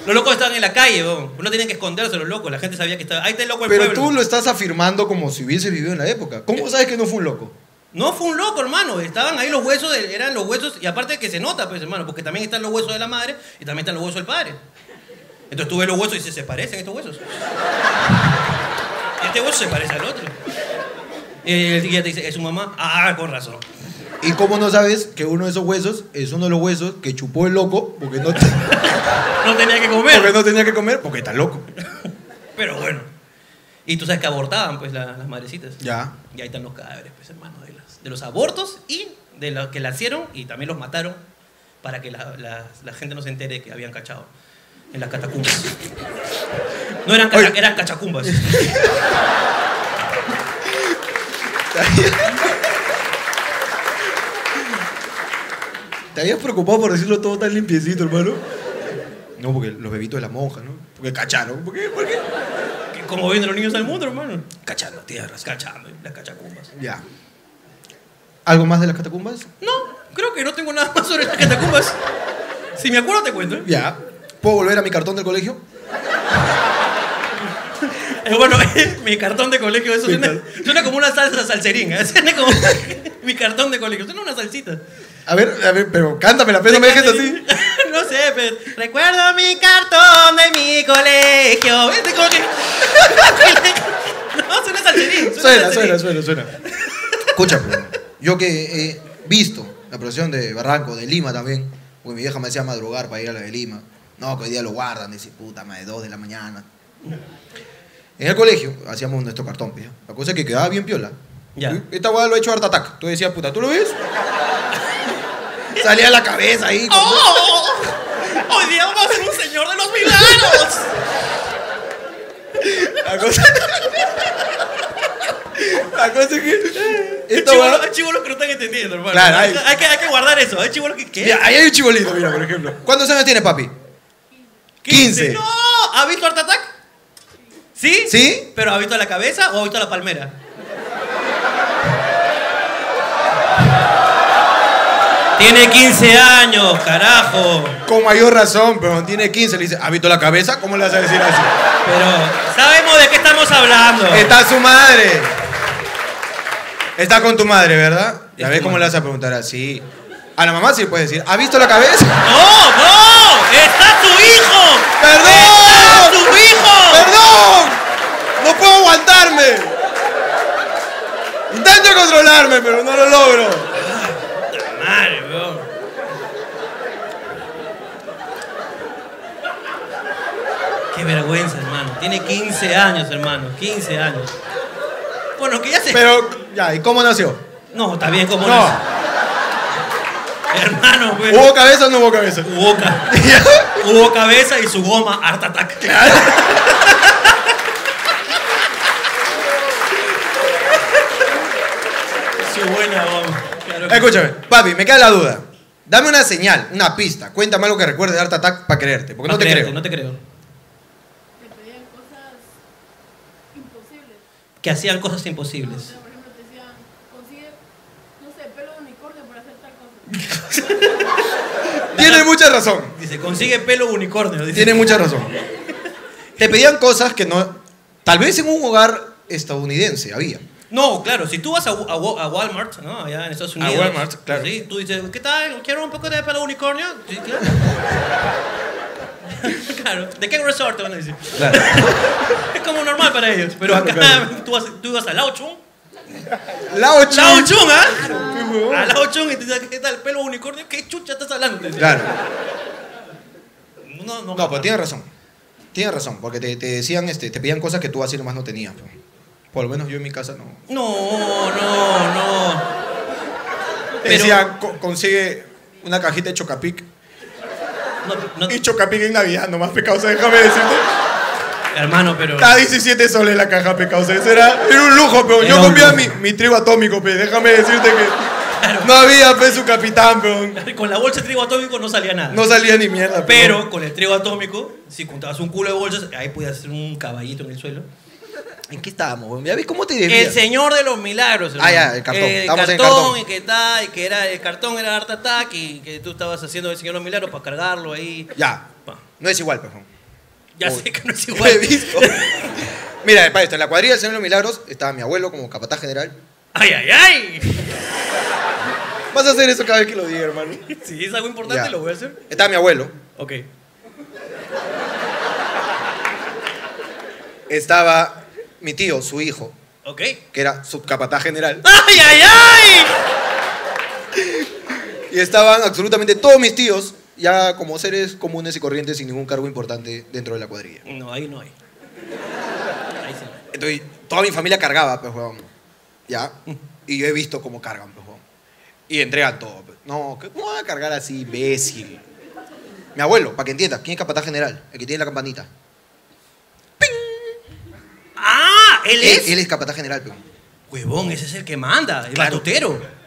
[SPEAKER 2] Los locos estaban en la calle, weón. No tenían que esconderse los locos, la gente sabía que estaba... Ahí está el loco del
[SPEAKER 1] Pero
[SPEAKER 2] pueblo.
[SPEAKER 1] tú lo estás afirmando como si hubiese vivido en la época. ¿Cómo sabes que no fue un loco?
[SPEAKER 2] No fue un loco, hermano. Estaban ahí los huesos, de- eran los huesos, y aparte que se nota, pues, hermano, porque también están los huesos de la madre y también están los huesos del padre. Entonces tú ves los huesos y dices, se parecen estos huesos. Este hueso se parece al otro. Y el día te dice, es su mamá. Ah, con razón.
[SPEAKER 1] ¿Y cómo no sabes que uno de esos huesos es uno de los huesos que chupó el loco porque no, porque
[SPEAKER 2] No tenía que comer.
[SPEAKER 1] no tenía que comer? Porque está loco.
[SPEAKER 2] Pero bueno. Y tú sabes que abortaban, pues, la- las madrecitas.
[SPEAKER 1] Ya.
[SPEAKER 2] Y ahí están los cadáveres, pues, hermano, de, las- de los abortos y de los que la hicieron y también los mataron para que la, la- la gente no se entere que habían cachado en las catacumbas. No eran, cacha-
[SPEAKER 1] Oye.
[SPEAKER 2] eran cachacumbas.
[SPEAKER 1] ¿Te habías preocupado por decirlo todo tan limpiecito, hermano? No, porque los bebitos de la monja, ¿no? Porque cacharon. ¿Por qué? ¿Por qué?
[SPEAKER 2] Que Como vienen los niños al mundo, hermano. Cachando tierras, cachando las cachacumbas.
[SPEAKER 1] Ya. ¿Algo más de las catacumbas?
[SPEAKER 2] No, creo que no tengo nada más sobre las catacumbas. Si me acuerdo, te cuento. ¿eh?
[SPEAKER 1] Ya. ¿Puedo volver a mi cartón del colegio?
[SPEAKER 2] Eh, Bueno, mi cartón de colegio, eso suena, suena como una salsa salserín. ¿eh? Suena como mi cartón de colegio, suena una salsita.
[SPEAKER 1] A ver, a ver, pero cántame la no me dejes así.
[SPEAKER 2] No sé, pero recuerdo mi cartón de mi colegio. Este como que... No, suena salserín.
[SPEAKER 1] Suena, suena,
[SPEAKER 2] salserín.
[SPEAKER 1] suena, suena. Escúchame, pues, yo que he visto la procesión de Barranco, de Lima también, porque mi vieja me hacía madrugar para ir a la de Lima. No, que hoy día lo guardan, dice puta, más de dos de la mañana. En el colegio hacíamos nuestro cartón, pues, ¿ya? La cosa es que quedaba bien piola.
[SPEAKER 2] Ya.
[SPEAKER 1] Esta guada lo ha hecho harta Attack. Tú decías, puta, ¿tú lo ves? Salía la cabeza ahí. como-
[SPEAKER 2] ¡Oh! Hoy día vamos a ser un señor de los milagros.
[SPEAKER 1] La cosa... la cosa es que... Esta
[SPEAKER 2] Chivolo-
[SPEAKER 1] guada...
[SPEAKER 2] Hay chivolos que no están entendiendo, hermano.
[SPEAKER 1] Claro,
[SPEAKER 2] hay,
[SPEAKER 1] hay-
[SPEAKER 2] hay que, hay que guardar eso. Hay chivolos que... ¿Qué?
[SPEAKER 1] Mira, ahí hay un chibolito, mira, por ejemplo. ¿Cuántos años tiene, papi? 15.
[SPEAKER 2] ¡No! ¿Ha visto Art Attack? ¿Sí?
[SPEAKER 1] ¿Sí?
[SPEAKER 2] ¿Pero ha visto la cabeza o ha visto la palmera? Tiene 15 años, carajo.
[SPEAKER 1] Con mayor razón, pero tiene 15. Le dice, ¿ha visto la cabeza? ¿Cómo le vas a decir así?
[SPEAKER 2] Pero sabemos de qué estamos hablando.
[SPEAKER 1] Está su madre. Está con tu madre, ¿verdad?
[SPEAKER 2] Es
[SPEAKER 1] La vez
[SPEAKER 2] tu
[SPEAKER 1] cómo
[SPEAKER 2] madre.
[SPEAKER 1] le vas a preguntar así. A la mamá sí le puedes decir, ¿ha visto la cabeza?
[SPEAKER 2] ¡No, no! ¡Está tu hijo! ¡Está
[SPEAKER 1] ¡Perdón!
[SPEAKER 2] tu hijo!
[SPEAKER 1] ¡Perdón! ¡No puedo aguantarme! Intento controlarme, pero no lo logro.
[SPEAKER 2] Madre, weón. Qué vergüenza, hermano. Tiene 15 años, hermano. 15 años. Bueno, que ya se...
[SPEAKER 1] Pero, ya, ¿y cómo nació?
[SPEAKER 2] No, está bien, ¿cómo
[SPEAKER 1] No.
[SPEAKER 2] nace? Hermano, weón.
[SPEAKER 1] ¿Hubo cabeza o no hubo cabeza?
[SPEAKER 2] Hubo, ca- hubo cabeza y su goma, Art Attack. su buena goma. claro que-
[SPEAKER 1] Escúchame, papi, me queda la duda. Dame una señal, una pista. Cuéntame algo que recuerde de Art Attack para creerte, porque no,
[SPEAKER 2] Pa'
[SPEAKER 1] te
[SPEAKER 2] creerte,
[SPEAKER 1] creo.
[SPEAKER 2] No te creo.
[SPEAKER 4] Me pedían cosas imposibles.
[SPEAKER 2] Que hacían cosas
[SPEAKER 4] O
[SPEAKER 2] imposibles.
[SPEAKER 4] sea, por ejemplo, te decían, consigue, no sé, pelo de unicornio para hacer tal cosa.
[SPEAKER 1] Tienes mucha razón.
[SPEAKER 2] Dice, consigue pelo unicornio. Dice,
[SPEAKER 1] Tienes mucha razón. Te pedían cosas que no. Tal vez en un hogar estadounidense había.
[SPEAKER 2] No, claro, si tú vas a, Wa- a Wa- a Walmart, ¿no? Allá en Estados Unidos.
[SPEAKER 1] Walmart, claro.
[SPEAKER 2] Sí, tú dices, ¿qué tal? ¿Quiero un poco de pelo unicornio? Sí, claro. claro. ¿De qué resort te van a decir?
[SPEAKER 1] Claro.
[SPEAKER 2] Es como normal para ellos. Pero
[SPEAKER 1] Claro,
[SPEAKER 2] acá
[SPEAKER 1] claro.
[SPEAKER 2] tú, vas, tú ibas a Lao Chung.
[SPEAKER 1] La ocho.
[SPEAKER 2] ¡Lao Chung, ah! A Lao Chung y te dicen, ¿qué tal? ¿Pelo unicornio? ¿Qué chucha estás hablando?
[SPEAKER 1] Claro.
[SPEAKER 2] No, no,
[SPEAKER 1] No, pues, pero tienes razón. Tienes razón, porque te, te decían, este, te pedían cosas que tú así nomás no tenías. pues. Por lo menos yo en mi casa no.
[SPEAKER 2] No, no, no.
[SPEAKER 1] Te
[SPEAKER 2] Pero-
[SPEAKER 1] decían, "Co- consigue una cajita de chocapic.
[SPEAKER 2] No, no-
[SPEAKER 1] Y chocapic en Navidad, nomás pecado. O sea, déjame decirte.
[SPEAKER 2] Hermano, pero.
[SPEAKER 1] Está 17 soles la caja, pecado. O sea, eso era, era un lujo, pero
[SPEAKER 2] Era
[SPEAKER 1] yo
[SPEAKER 2] un
[SPEAKER 1] comía
[SPEAKER 2] lujo.
[SPEAKER 1] mi, mi trigo atómico, pe. Déjame decirte que no había, pe, su capitán, peón.
[SPEAKER 2] Con la bolsa de trigo atómico no salía nada.
[SPEAKER 1] No salía ni mierda, peón.
[SPEAKER 2] Pero con el trigo atómico, si juntabas un culo de bolsas, ahí podías hacer un caballito en el suelo.
[SPEAKER 1] ¿En qué estábamos, weón? ¿Ya ves cómo te
[SPEAKER 2] El
[SPEAKER 1] debías?
[SPEAKER 2] señor de los milagros. Eh,
[SPEAKER 1] Ah, ya, el cartón. Estamos en el cartón.
[SPEAKER 2] y que tal, y que era el cartón era Art Attack y que tú estabas haciendo el señor de los milagros para cargarlo ahí.
[SPEAKER 1] Ya,
[SPEAKER 2] Pa.
[SPEAKER 1] no es igual, peón.
[SPEAKER 2] Ya
[SPEAKER 1] Uy.
[SPEAKER 2] sé que no es
[SPEAKER 1] Lo he
[SPEAKER 2] igual.
[SPEAKER 1] visto. Mira, para esto, en la cuadrilla del Señor de los Milagros estaba mi abuelo como capataz general.
[SPEAKER 2] ay, ay, ay.
[SPEAKER 1] Vas a hacer eso cada vez que lo diga, hermano.
[SPEAKER 2] Si es algo importante,
[SPEAKER 1] Ya.
[SPEAKER 2] lo voy a hacer.
[SPEAKER 1] Estaba mi abuelo,
[SPEAKER 2] Ok.
[SPEAKER 1] estaba mi tío, su hijo,
[SPEAKER 2] Ok.
[SPEAKER 1] que era subcapataz general,
[SPEAKER 2] ¡Ay, ay, ay!
[SPEAKER 1] y estaban absolutamente todos mis tíos, ya como seres comunes y corrientes sin ningún cargo importante dentro de la cuadrilla.
[SPEAKER 2] No, ahí no hay. Ahí sí.
[SPEAKER 1] Entonces, toda mi familia cargaba, pues, weón. ¿Ya? Y yo he visto cómo cargan, pues, weón. Y entregan todo. pues. No, ¿qué- ¿cómo van a cargar así, imbécil? Mi abuelo, para que entiendas, ¿quién es capataz general? El que tiene la campanita.
[SPEAKER 2] ¡Ah! ¿Él
[SPEAKER 1] Él,
[SPEAKER 2] es?
[SPEAKER 1] él es capataz general, pues.
[SPEAKER 2] Huevón, ese es el que manda, el
[SPEAKER 1] Claro.
[SPEAKER 2] batutero.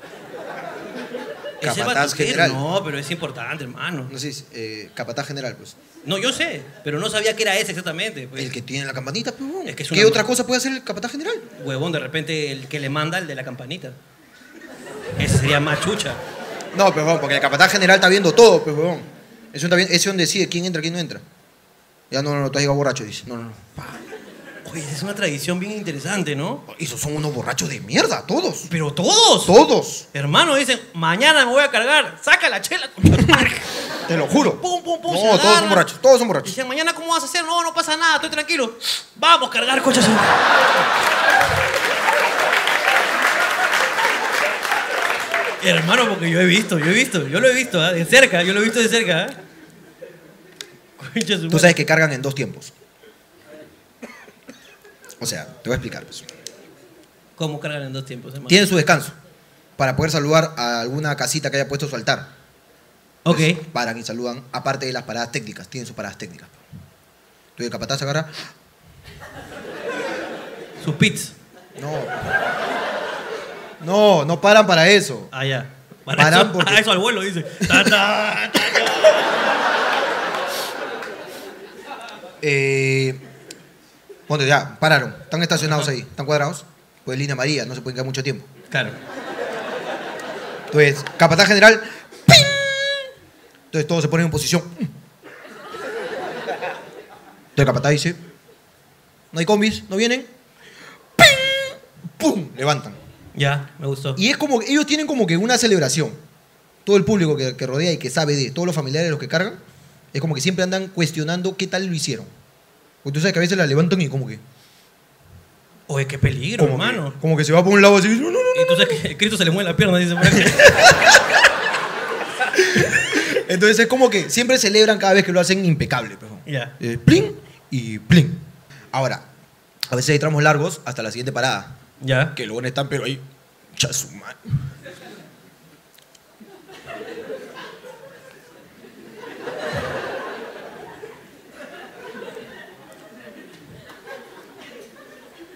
[SPEAKER 2] Ese
[SPEAKER 1] Capataz
[SPEAKER 2] batutero,
[SPEAKER 1] general.
[SPEAKER 2] no, pero es importante, hermano.
[SPEAKER 1] No sé, si es, eh, capataz general, pues.
[SPEAKER 2] No, yo sé, pero no sabía que era ese exactamente. pues.
[SPEAKER 1] El que tiene la campanita, pues, weón.
[SPEAKER 2] Es que es
[SPEAKER 1] ¿Qué
[SPEAKER 2] una-
[SPEAKER 1] otra cosa puede hacer el capataz general?
[SPEAKER 2] Huevón, de repente el que le manda, el de la campanita. Ese sería más chucha.
[SPEAKER 1] No, pues, weón, porque el capataz general está viendo todo, pues, weón. Ese está bien- ese es donde decide quién entra, quién no entra. Ya no, no, no, tú has llegado borracho, dice. No, no, no.
[SPEAKER 2] Oye, es una tradición bien interesante, ¿no?
[SPEAKER 1] Oh, Esos son unos borrachos de mierda, todos.
[SPEAKER 2] Pero todos,
[SPEAKER 1] Todos.
[SPEAKER 2] hermano, dicen, mañana me voy a cargar, saca la chela. concha tu madre".
[SPEAKER 1] Te lo juro.
[SPEAKER 2] Pum, pum, pum,
[SPEAKER 1] No,
[SPEAKER 2] se
[SPEAKER 1] todos son
[SPEAKER 2] agarran.
[SPEAKER 1] borrachos, todos son
[SPEAKER 2] Y
[SPEAKER 1] borrachos.
[SPEAKER 2] Dicen, mañana cómo vas a hacer, no, no pasa nada, estoy tranquilo. Vamos a cargar coches. Hermano, porque yo he visto, yo he visto, yo lo he visto, ¿ah? de cerca, yo lo he visto de cerca. ¿ah? Concha su
[SPEAKER 1] Tú
[SPEAKER 2] madre.
[SPEAKER 1] sabes que cargan en dos tiempos. O sea, te voy a explicar. pues.
[SPEAKER 2] ¿Cómo cargan en dos tiempos, hermano?
[SPEAKER 1] Tienen su descanso para poder saludar a alguna casita que haya puesto su altar.
[SPEAKER 2] Ok.
[SPEAKER 1] Paran y saludan, aparte de las paradas técnicas. Tienen sus paradas técnicas. Tú el capataz agarra.
[SPEAKER 2] Sus pits.
[SPEAKER 1] No. No, no paran para eso.
[SPEAKER 2] Ah, ya.
[SPEAKER 1] Paran
[SPEAKER 2] eso,
[SPEAKER 1] porque-
[SPEAKER 2] para eso al vuelo, dice. Ta, ta, ta.
[SPEAKER 1] Eh, bueno, ya, pararon. Están estacionados ahí, están cuadrados. Pues línea amarilla, no se pueden quedar mucho tiempo.
[SPEAKER 2] Claro.
[SPEAKER 1] Entonces, capataz general. ¡ping! Entonces todos se ponen en posición. Entonces el capataz dice, no hay combis, no vienen. ¡Ping! ¡Pum! Levantan.
[SPEAKER 2] Ya, me gustó.
[SPEAKER 1] Y es como, ellos tienen como que una celebración. Todo el público que, que rodea y que sabe de, todos los familiares de los que cargan, es como que siempre andan cuestionando qué tal lo hicieron. Porque tú sabes que a veces la levantan y como que...
[SPEAKER 2] Oye, qué peligro,
[SPEAKER 1] Como
[SPEAKER 2] hermano.
[SPEAKER 1] que, como que se va por un lado así. "No, no, no".
[SPEAKER 2] Y tú sabes que Cristo se le mueve la pierna, dice por aquí.
[SPEAKER 1] Entonces es como que siempre celebran cada vez que lo hacen impecable. Pero.
[SPEAKER 2] Ya.
[SPEAKER 1] Eh, plin y plin. Ahora, a veces hay tramos largos hasta la siguiente parada.
[SPEAKER 2] Ya.
[SPEAKER 1] Que luego están, pero ahí. Chasuma.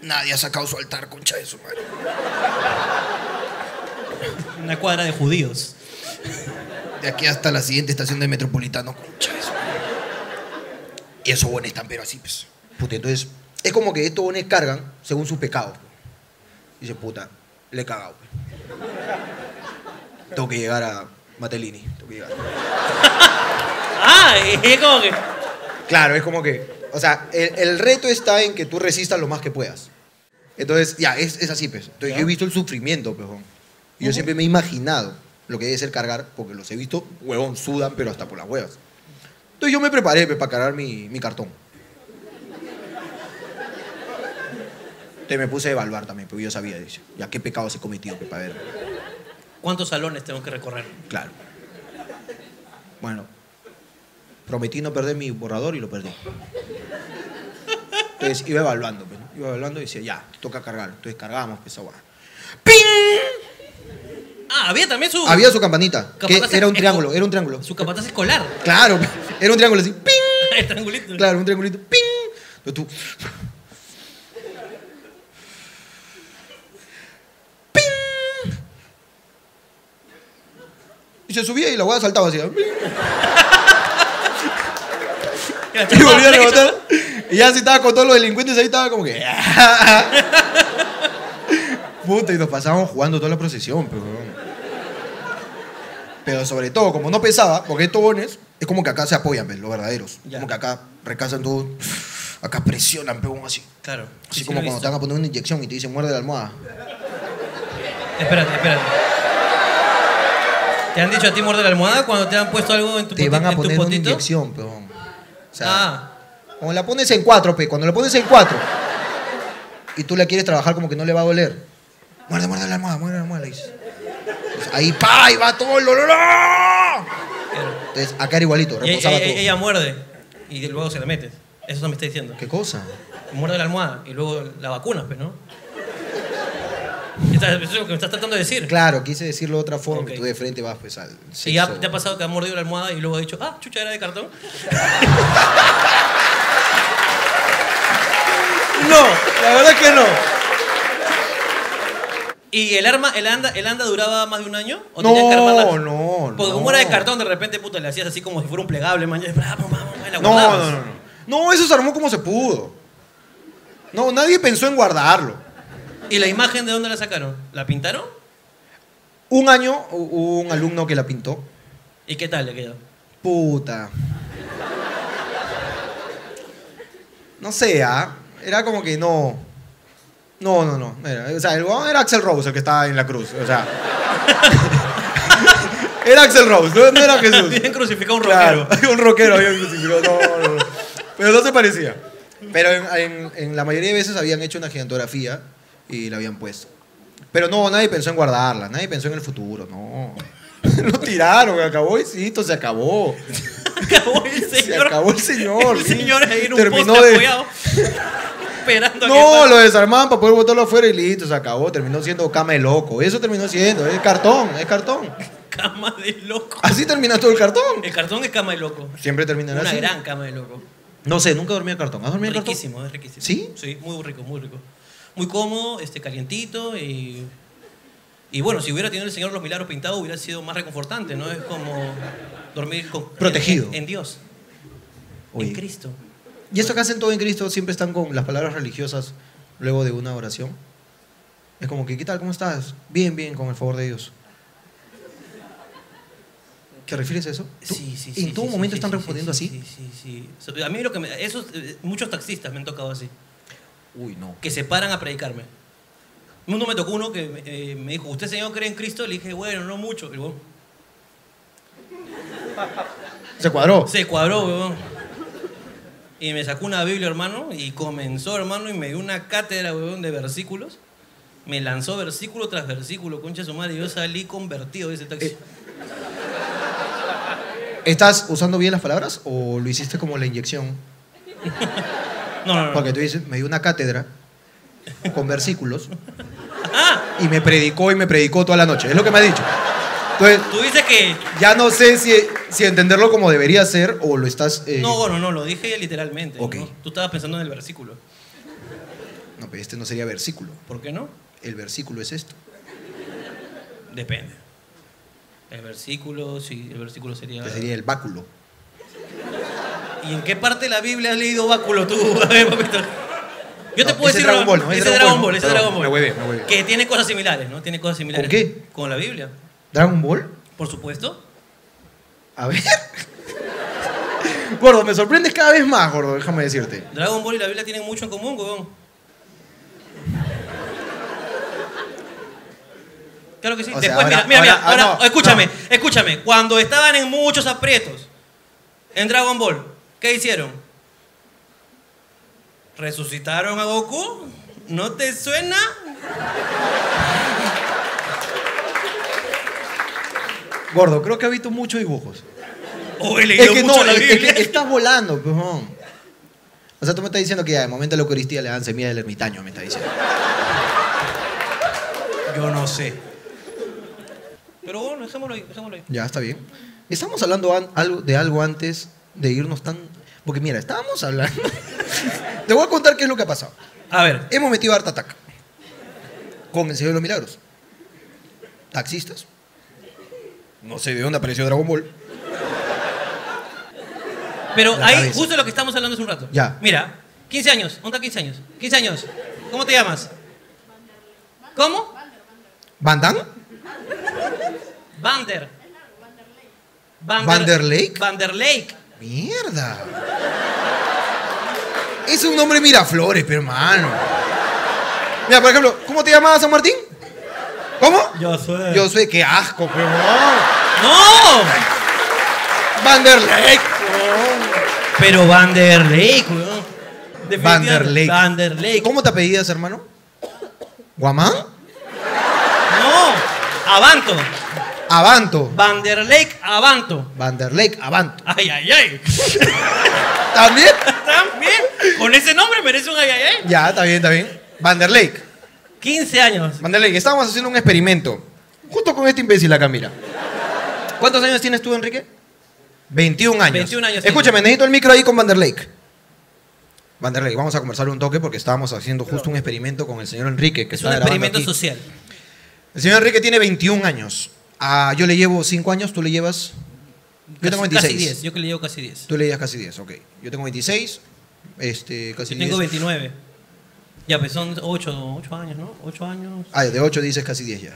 [SPEAKER 1] Nadie ha sacado su altar, concha de su madre.
[SPEAKER 2] Una cuadra de judíos.
[SPEAKER 1] De aquí hasta la siguiente estación de Metropolitano, concha de su madre. Y esos buenos están, pero así, pues. Puta, entonces, es como que estos buenos cargan según sus pecados. Dice, puta, le he cagado. pues. Tengo que llegar a Matelini. Tengo que llegar.
[SPEAKER 2] ¡Ah! Es como que.
[SPEAKER 1] Claro, es como que. O sea, el, el reto está en que tú resistas lo más que puedas. Entonces, ya, es, es así, pues. Entonces, yo he visto el sufrimiento, pejón. Y yo siempre me he imaginado lo que debe ser cargar, porque los he visto, huevón, sudan, pero hasta por las huevas. Entonces, yo me preparé pues, para cargar mi, mi cartón. Entonces, me puse a evaluar también, porque yo sabía, dice, ya qué pecados he cometido, pues, para ver.
[SPEAKER 2] ¿Cuántos salones tengo que recorrer?
[SPEAKER 1] Claro. Bueno, prometí no perder mi borrador y lo perdí. Entonces iba evaluando, pues, ¿no? iba evaluando y decía, ya, toca cargar. Entonces cargamos, pues, agua. ¡Ping!
[SPEAKER 2] Ah, había también su.
[SPEAKER 1] Había su campanita, que
[SPEAKER 2] Capataz
[SPEAKER 1] era un
[SPEAKER 2] esco-
[SPEAKER 1] triángulo, era un triángulo.
[SPEAKER 2] Su capataz escolar.
[SPEAKER 1] Claro, era un triángulo así, ¡ping!
[SPEAKER 2] El triangulito.
[SPEAKER 1] Claro, un triangulito, ¡ping! Entonces tú... ¡Ping! Y se subía y la hueá saltaba así. ¡ping!
[SPEAKER 2] Claro.
[SPEAKER 1] Y volví a levantar. Y ya si estaba con todos los delincuentes ahí, estaba como que. "Ah". Puta, y nos pasábamos jugando toda la procesión, pero. Pero sobre todo, como no pesaba, porque estos bones, es como que acá se apoyan, ¿ves? los verdaderos.
[SPEAKER 2] Ya.
[SPEAKER 1] Como que acá recasan todo. Acá presionan, pero así.
[SPEAKER 2] Claro.
[SPEAKER 1] Así
[SPEAKER 2] sí, sí
[SPEAKER 1] como
[SPEAKER 2] lo he
[SPEAKER 1] cuando te
[SPEAKER 2] visto.
[SPEAKER 1] van a poner una inyección y te dicen muerde la almohada.
[SPEAKER 2] Espérate, espérate. ¿Te han dicho a ti muerde la almohada cuando te han puesto algo en tu,
[SPEAKER 1] Te
[SPEAKER 2] poti-
[SPEAKER 1] van a
[SPEAKER 2] en tu
[SPEAKER 1] poner una
[SPEAKER 2] potito?
[SPEAKER 1] inyección, pero. O sea,
[SPEAKER 2] Ah,
[SPEAKER 1] cuando la pones en cuatro, pe, cuando la pones en cuatro y tú la quieres trabajar como que no le va a doler. Muerde, muerde la almohada, muerde la almohada, le dices. Entonces, ahí, pa, ahí va todo el dolor. ¡ah!
[SPEAKER 2] claro.
[SPEAKER 1] Entonces, acá era igualito,
[SPEAKER 2] Y- y-
[SPEAKER 1] reposaba todo.
[SPEAKER 2] y- ella muerde y luego se la metes. Eso me está diciendo.
[SPEAKER 1] ¿Qué cosa?
[SPEAKER 2] Muerde la almohada y luego la vacunas, pues, ¿no? Estás- Eso es lo que me estás tratando de decir.
[SPEAKER 1] Claro, quise decirlo de otra forma,
[SPEAKER 2] Ok.
[SPEAKER 1] que tú de frente vas pues al sexo.
[SPEAKER 2] Y ya te ha pasado que ha mordido la almohada y luego ha dicho, ah, chucha, era de cartón.
[SPEAKER 1] No, la verdad que no.
[SPEAKER 2] ¿Y el arma, el anda, el anda duraba más de un año? ¿O tenían que armarla?
[SPEAKER 1] No, no, no.
[SPEAKER 2] Porque como era de cartón, de repente, puta, le hacías así como si fuera un plegable, man. y "Ah, vamos, vamos, vamos, y la
[SPEAKER 1] No,
[SPEAKER 2] guardabas.
[SPEAKER 1] no, no, no. No, eso se armó como se pudo. No, nadie pensó en guardarlo.
[SPEAKER 2] ¿Y la imagen de dónde la sacaron? ¿La pintaron?
[SPEAKER 1] Un año hubo un alumno que la pintó.
[SPEAKER 2] ¿Y qué tal le quedó?
[SPEAKER 1] Puta. No sé, ¿ah? Era como que no. No, no, no. Era- o sea, el huevón era Axel Rose el que estaba en la cruz. O sea. era Axel Rose, no, no era Jesús.
[SPEAKER 2] Bien crucificado un rockero.
[SPEAKER 1] Claro, un rockero había crucificado. No, no, no. Pero no se parecía. Pero en, en- en la mayoría de veces habían hecho una gigantografía y la habían puesto. Pero no, nadie pensó en guardarla, nadie pensó en el futuro, no. Lo tiraron, acabó y sí, se acabó.
[SPEAKER 2] Acabó el
[SPEAKER 1] Se
[SPEAKER 2] señor.
[SPEAKER 1] acabó el señor.
[SPEAKER 2] El
[SPEAKER 1] sí.
[SPEAKER 2] señor ahí en un
[SPEAKER 1] Terminó
[SPEAKER 2] poste
[SPEAKER 1] de-
[SPEAKER 2] apoyado. esperando a que
[SPEAKER 1] No,
[SPEAKER 2] pase.
[SPEAKER 1] lo desarmaban para poder botarlo afuera y listo, se acabó. Terminó siendo cama de loco. Eso terminó siendo, es cartón, es cartón.
[SPEAKER 2] Cama de loco.
[SPEAKER 1] Así termina todo el cartón.
[SPEAKER 2] El cartón es cama de loco.
[SPEAKER 1] Siempre terminará
[SPEAKER 2] Una
[SPEAKER 1] así.
[SPEAKER 2] gran cama de loco.
[SPEAKER 1] No sé, nunca dormí en cartón. ¿Has dormido en cartón?
[SPEAKER 2] Riquísimo, es riquísimo.
[SPEAKER 1] ¿Sí?
[SPEAKER 2] Sí, muy rico, muy rico. Muy cómodo, este, calientito y... Y bueno, si hubiera tenido el Señor los milagros pintados hubiera sido más reconfortante, ¿no? Es como dormir con,
[SPEAKER 1] Protegido.
[SPEAKER 2] En, en Dios,
[SPEAKER 1] Oye,
[SPEAKER 2] en Cristo.
[SPEAKER 1] ¿Y esto que hacen todo en Cristo siempre están con las palabras religiosas luego de una oración? Es como que, ¿qué tal? ¿Cómo estás? Bien, bien, con el favor de Dios. ¿Te refieres a eso? ¿Tú-
[SPEAKER 2] Sí, sí,
[SPEAKER 1] ¿En
[SPEAKER 2] sí,
[SPEAKER 1] todo
[SPEAKER 2] sí,
[SPEAKER 1] momento
[SPEAKER 2] sí,
[SPEAKER 1] están
[SPEAKER 2] sí,
[SPEAKER 1] respondiendo
[SPEAKER 2] sí,
[SPEAKER 1] así?
[SPEAKER 2] Sí, sí, sí. So- A mí lo que me... Esos, eh, muchos taxistas me han tocado así,
[SPEAKER 1] Uy, no.
[SPEAKER 2] que se paran a predicarme. Uno me tocó uno que eh, me dijo, ¿usted señor cree en Cristo? Le dije, bueno, no mucho. El huevón
[SPEAKER 1] Se cuadró.
[SPEAKER 2] se cuadró, huevón. Y me sacó una Biblia, hermano, y comenzó, hermano, y me dio una cátedra, huevón, de versículos. Me lanzó versículo tras versículo, concha de su madre, y yo salí convertido de ese taxi.
[SPEAKER 1] Eh, ¿Estás usando bien las palabras o lo hiciste como la inyección?
[SPEAKER 2] no, no, no.
[SPEAKER 1] Porque tú dices, me dio una cátedra con versículos y me predicó y me predicó toda la noche. Es lo que me ha dicho. Entonces,
[SPEAKER 2] Tú dices que...
[SPEAKER 1] ya no sé si, si entenderlo como debería ser o lo estás... eh,
[SPEAKER 2] No, no, no, lo dije literalmente.
[SPEAKER 1] Ok.
[SPEAKER 2] ¿no? Tú estabas pensando en el versículo.
[SPEAKER 1] No, pero este no sería versículo.
[SPEAKER 2] ¿Por qué no?
[SPEAKER 1] El versículo es esto.
[SPEAKER 2] Depende. El versículo, sí, el versículo sería...
[SPEAKER 1] que Este sería el báculo.
[SPEAKER 2] ¿Y en qué parte de la Biblia has leído báculo tú? A ver, papito. Yo te
[SPEAKER 1] No,
[SPEAKER 2] puedo
[SPEAKER 1] ese
[SPEAKER 2] decir.
[SPEAKER 1] Dragon
[SPEAKER 2] una-
[SPEAKER 1] Ball, ¿no?
[SPEAKER 2] Ese
[SPEAKER 1] Ese
[SPEAKER 2] Dragon,
[SPEAKER 1] Dragon
[SPEAKER 2] Ball,
[SPEAKER 1] Ball,
[SPEAKER 2] ese
[SPEAKER 1] perdón,
[SPEAKER 2] Dragon Ball.
[SPEAKER 1] me huevé, me huevé.
[SPEAKER 2] Que tiene cosas similares, ¿no? Tiene cosas similares.
[SPEAKER 1] qué?
[SPEAKER 2] Con la Biblia,
[SPEAKER 1] ¿Dragon Ball?
[SPEAKER 2] por supuesto.
[SPEAKER 1] A ver. gordo, me sorprendes cada vez más, gordo, déjame decirte.
[SPEAKER 2] Dragon Ball y la Biblia tienen mucho en común, huevón. Claro que sí.
[SPEAKER 1] O sea,
[SPEAKER 2] Después,
[SPEAKER 1] ahora-
[SPEAKER 2] mira, mira, mira,
[SPEAKER 1] ahora- ah,
[SPEAKER 2] ahora-
[SPEAKER 1] no,
[SPEAKER 2] escúchame, escúchame. Cuando estaban en muchos aprietos en Dragon Ball, ¿qué hicieron? ¿Resucitaron a Goku? ¿No te suena?
[SPEAKER 1] Gordo, creo que has visto muchos dibujos.
[SPEAKER 2] ¿O he leído
[SPEAKER 1] es que
[SPEAKER 2] mucho
[SPEAKER 1] no,
[SPEAKER 2] la
[SPEAKER 1] es- es
[SPEAKER 2] Biblia?
[SPEAKER 1] que estás volando, pejón. O sea, tú me estás diciendo que ya, de momento a la Eucaristía le dan semilla del ermitaño, me estás diciendo.
[SPEAKER 2] Yo no sé. Pero bueno, dejémoslo ahí, dejémoslo ahí.
[SPEAKER 1] Ya, está bien. Estamos hablando an- algo- de algo antes de irnos tan... Porque mira, estábamos hablando... Te voy a contar qué es lo que ha pasado.
[SPEAKER 2] A ver,
[SPEAKER 1] Hemos metido harta taca. Con el Señor de los Milagros. Taxistas. No sé de dónde apareció Dragon Ball.
[SPEAKER 2] pero
[SPEAKER 1] La
[SPEAKER 2] ahí
[SPEAKER 1] cabeza.
[SPEAKER 2] justo lo que estamos hablando hace un rato.
[SPEAKER 1] Ya.
[SPEAKER 2] Mira, 15 años, ¿dónde está 15 años? 15 años, ¿cómo te llamas? ¿Cómo?
[SPEAKER 1] ¿Van Damme?
[SPEAKER 2] Vander.
[SPEAKER 1] ¿Vanderlei?
[SPEAKER 2] Vanderlei.
[SPEAKER 1] Mierda. Es un nombre Miraflores, pero hermano. Mira, por ejemplo, ¿cómo te llamabas San Martín? ¿Cómo?
[SPEAKER 2] Yo soy.
[SPEAKER 1] Yo soy, qué asco, pero no.
[SPEAKER 2] ¡No!
[SPEAKER 1] Vanderlei.
[SPEAKER 2] Pero Vanderlei, weón. Definitivamente.
[SPEAKER 1] Vanderlei.
[SPEAKER 2] Vanderlei.
[SPEAKER 1] ¿Cómo te apellídas, hermano? ¿Guamán?
[SPEAKER 2] No. Avanto.
[SPEAKER 1] Avanto.
[SPEAKER 2] Vanderlei Avanto.
[SPEAKER 1] Vanderlei, Avanto.
[SPEAKER 2] Ay, ay, ay.
[SPEAKER 1] ¿También?
[SPEAKER 2] También. Con ese nombre merece un ay, ay, ay.
[SPEAKER 1] Ya, está bien, está bien. Vanderlei.
[SPEAKER 2] 15 años.
[SPEAKER 1] Vanderlei, estábamos haciendo un experimento. Justo con este imbécil acá, mira. ¿Cuántos años tienes tú, Enrique? 21 años.
[SPEAKER 2] 21 años
[SPEAKER 1] Escúchame, necesito el micro ahí con Vanderlei. Vanderlei, vamos a conversar un toque porque estábamos haciendo justo un experimento con el señor Enrique. Que
[SPEAKER 2] Es
[SPEAKER 1] está
[SPEAKER 2] un
[SPEAKER 1] grabando
[SPEAKER 2] experimento
[SPEAKER 1] aquí.
[SPEAKER 2] social.
[SPEAKER 1] El señor Enrique tiene 21 años. Ah, yo le llevo 5 años, tú le llevas... Yo tengo
[SPEAKER 2] Casi-
[SPEAKER 1] 26.
[SPEAKER 2] Casi 10. Yo que le llevo casi 10.
[SPEAKER 1] Tú le llevas casi 10, ok. Yo tengo 26, este, casi
[SPEAKER 2] Yo tengo
[SPEAKER 1] 10.
[SPEAKER 2] 29. Ya, pues son 8, 8 años, ¿no? 8 años.
[SPEAKER 1] Ah, de 8 dices casi 10 ya.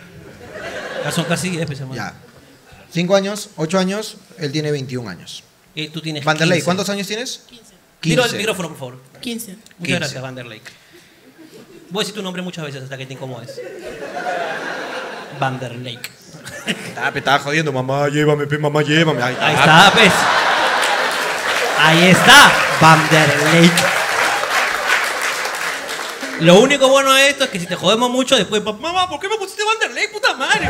[SPEAKER 2] Ya son casi 10, pues, hermano.
[SPEAKER 1] Ya. 5 años, 8 años, él tiene 21 años.
[SPEAKER 2] Y Eh, tú tienes
[SPEAKER 1] Vanderlei,
[SPEAKER 2] 15.
[SPEAKER 1] ¿cuántos años tienes?
[SPEAKER 4] 15.
[SPEAKER 2] Tiro el
[SPEAKER 1] 15.
[SPEAKER 2] micrófono, por favor.
[SPEAKER 4] 15.
[SPEAKER 2] Muchas
[SPEAKER 1] 15.
[SPEAKER 2] gracias, Vanderlei. Voy a decir tu nombre muchas veces hasta que te incomodes. Vanderlei.
[SPEAKER 1] Estaba, Ah, estaba jodiendo, mamá, llévame, pe, mamá, llévame. ah. Ahí
[SPEAKER 2] Ahí está, pues. Ahí está, Vanderlei. Lo único bueno de esto es que si te jodemos mucho, después, mamá, ¿por qué me pusiste Vanderlei, puta madre?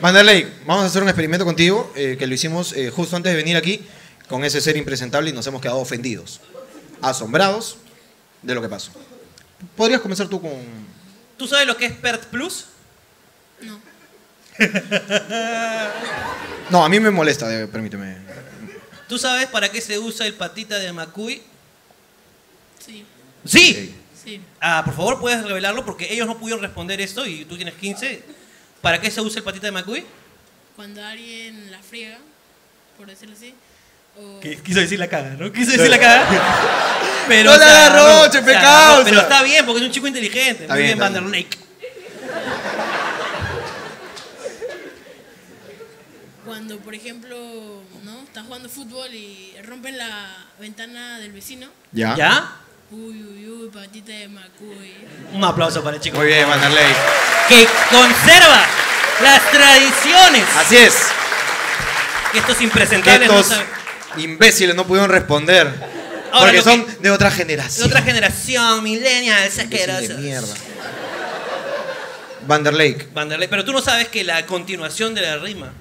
[SPEAKER 1] Vanderlei, vamos a hacer un experimento contigo eh, que lo hicimos eh, justo antes de venir aquí con ese ser impresentable y nos hemos quedado ofendidos, asombrados de lo que pasó. ¿Podrías comenzar tú con...?
[SPEAKER 2] ¿Tú sabes lo que es PERT Plus?
[SPEAKER 1] No, a mí me molesta, de- permíteme.
[SPEAKER 2] ¿Tú sabes para qué se usa el patita de Macuy?
[SPEAKER 4] Sí,
[SPEAKER 2] ¡Sí!
[SPEAKER 4] sí.
[SPEAKER 2] Ah, por favor, puedes revelarlo porque ellos no pudieron responder esto y tú tienes 15. ¿Para qué se usa el patita de Macuy?
[SPEAKER 4] Cuando alguien la friega, por decirlo así, o
[SPEAKER 2] Quiso decir la caga, ¿no? Quiso decir la caga. Pero
[SPEAKER 1] No la
[SPEAKER 2] se agarró,
[SPEAKER 1] agarró, che,
[SPEAKER 2] se
[SPEAKER 1] pecado,
[SPEAKER 2] agarró,
[SPEAKER 1] o
[SPEAKER 2] Pero
[SPEAKER 1] sea.
[SPEAKER 2] está bien porque es un chico inteligente.
[SPEAKER 1] Está
[SPEAKER 2] Muy bien,
[SPEAKER 1] bien, está
[SPEAKER 2] Vanderlei.
[SPEAKER 4] cuando, por ejemplo, ¿no? Están jugando fútbol y rompen la ventana del vecino.
[SPEAKER 1] ¿Ya?
[SPEAKER 2] ¿Ya?
[SPEAKER 4] Uy, uy, uy, para batita de Macuy.
[SPEAKER 2] Un aplauso para el chico.
[SPEAKER 1] Muy bien, Wanderley.
[SPEAKER 2] Que conserva las tradiciones.
[SPEAKER 1] Así es.
[SPEAKER 2] Que estos impresentables no
[SPEAKER 1] Estos
[SPEAKER 2] saben.
[SPEAKER 1] imbéciles no pudieron responder.
[SPEAKER 2] Ahora,
[SPEAKER 1] porque
[SPEAKER 2] lo
[SPEAKER 1] son
[SPEAKER 2] que-
[SPEAKER 1] de otra
[SPEAKER 2] De
[SPEAKER 1] generación.
[SPEAKER 2] otra generación, millennials,
[SPEAKER 1] Imbéciles Este de
[SPEAKER 2] asquerosos.
[SPEAKER 1] mierda. Vanderlei.
[SPEAKER 2] Vanderlei, pero tú no sabes que la continuación de la rima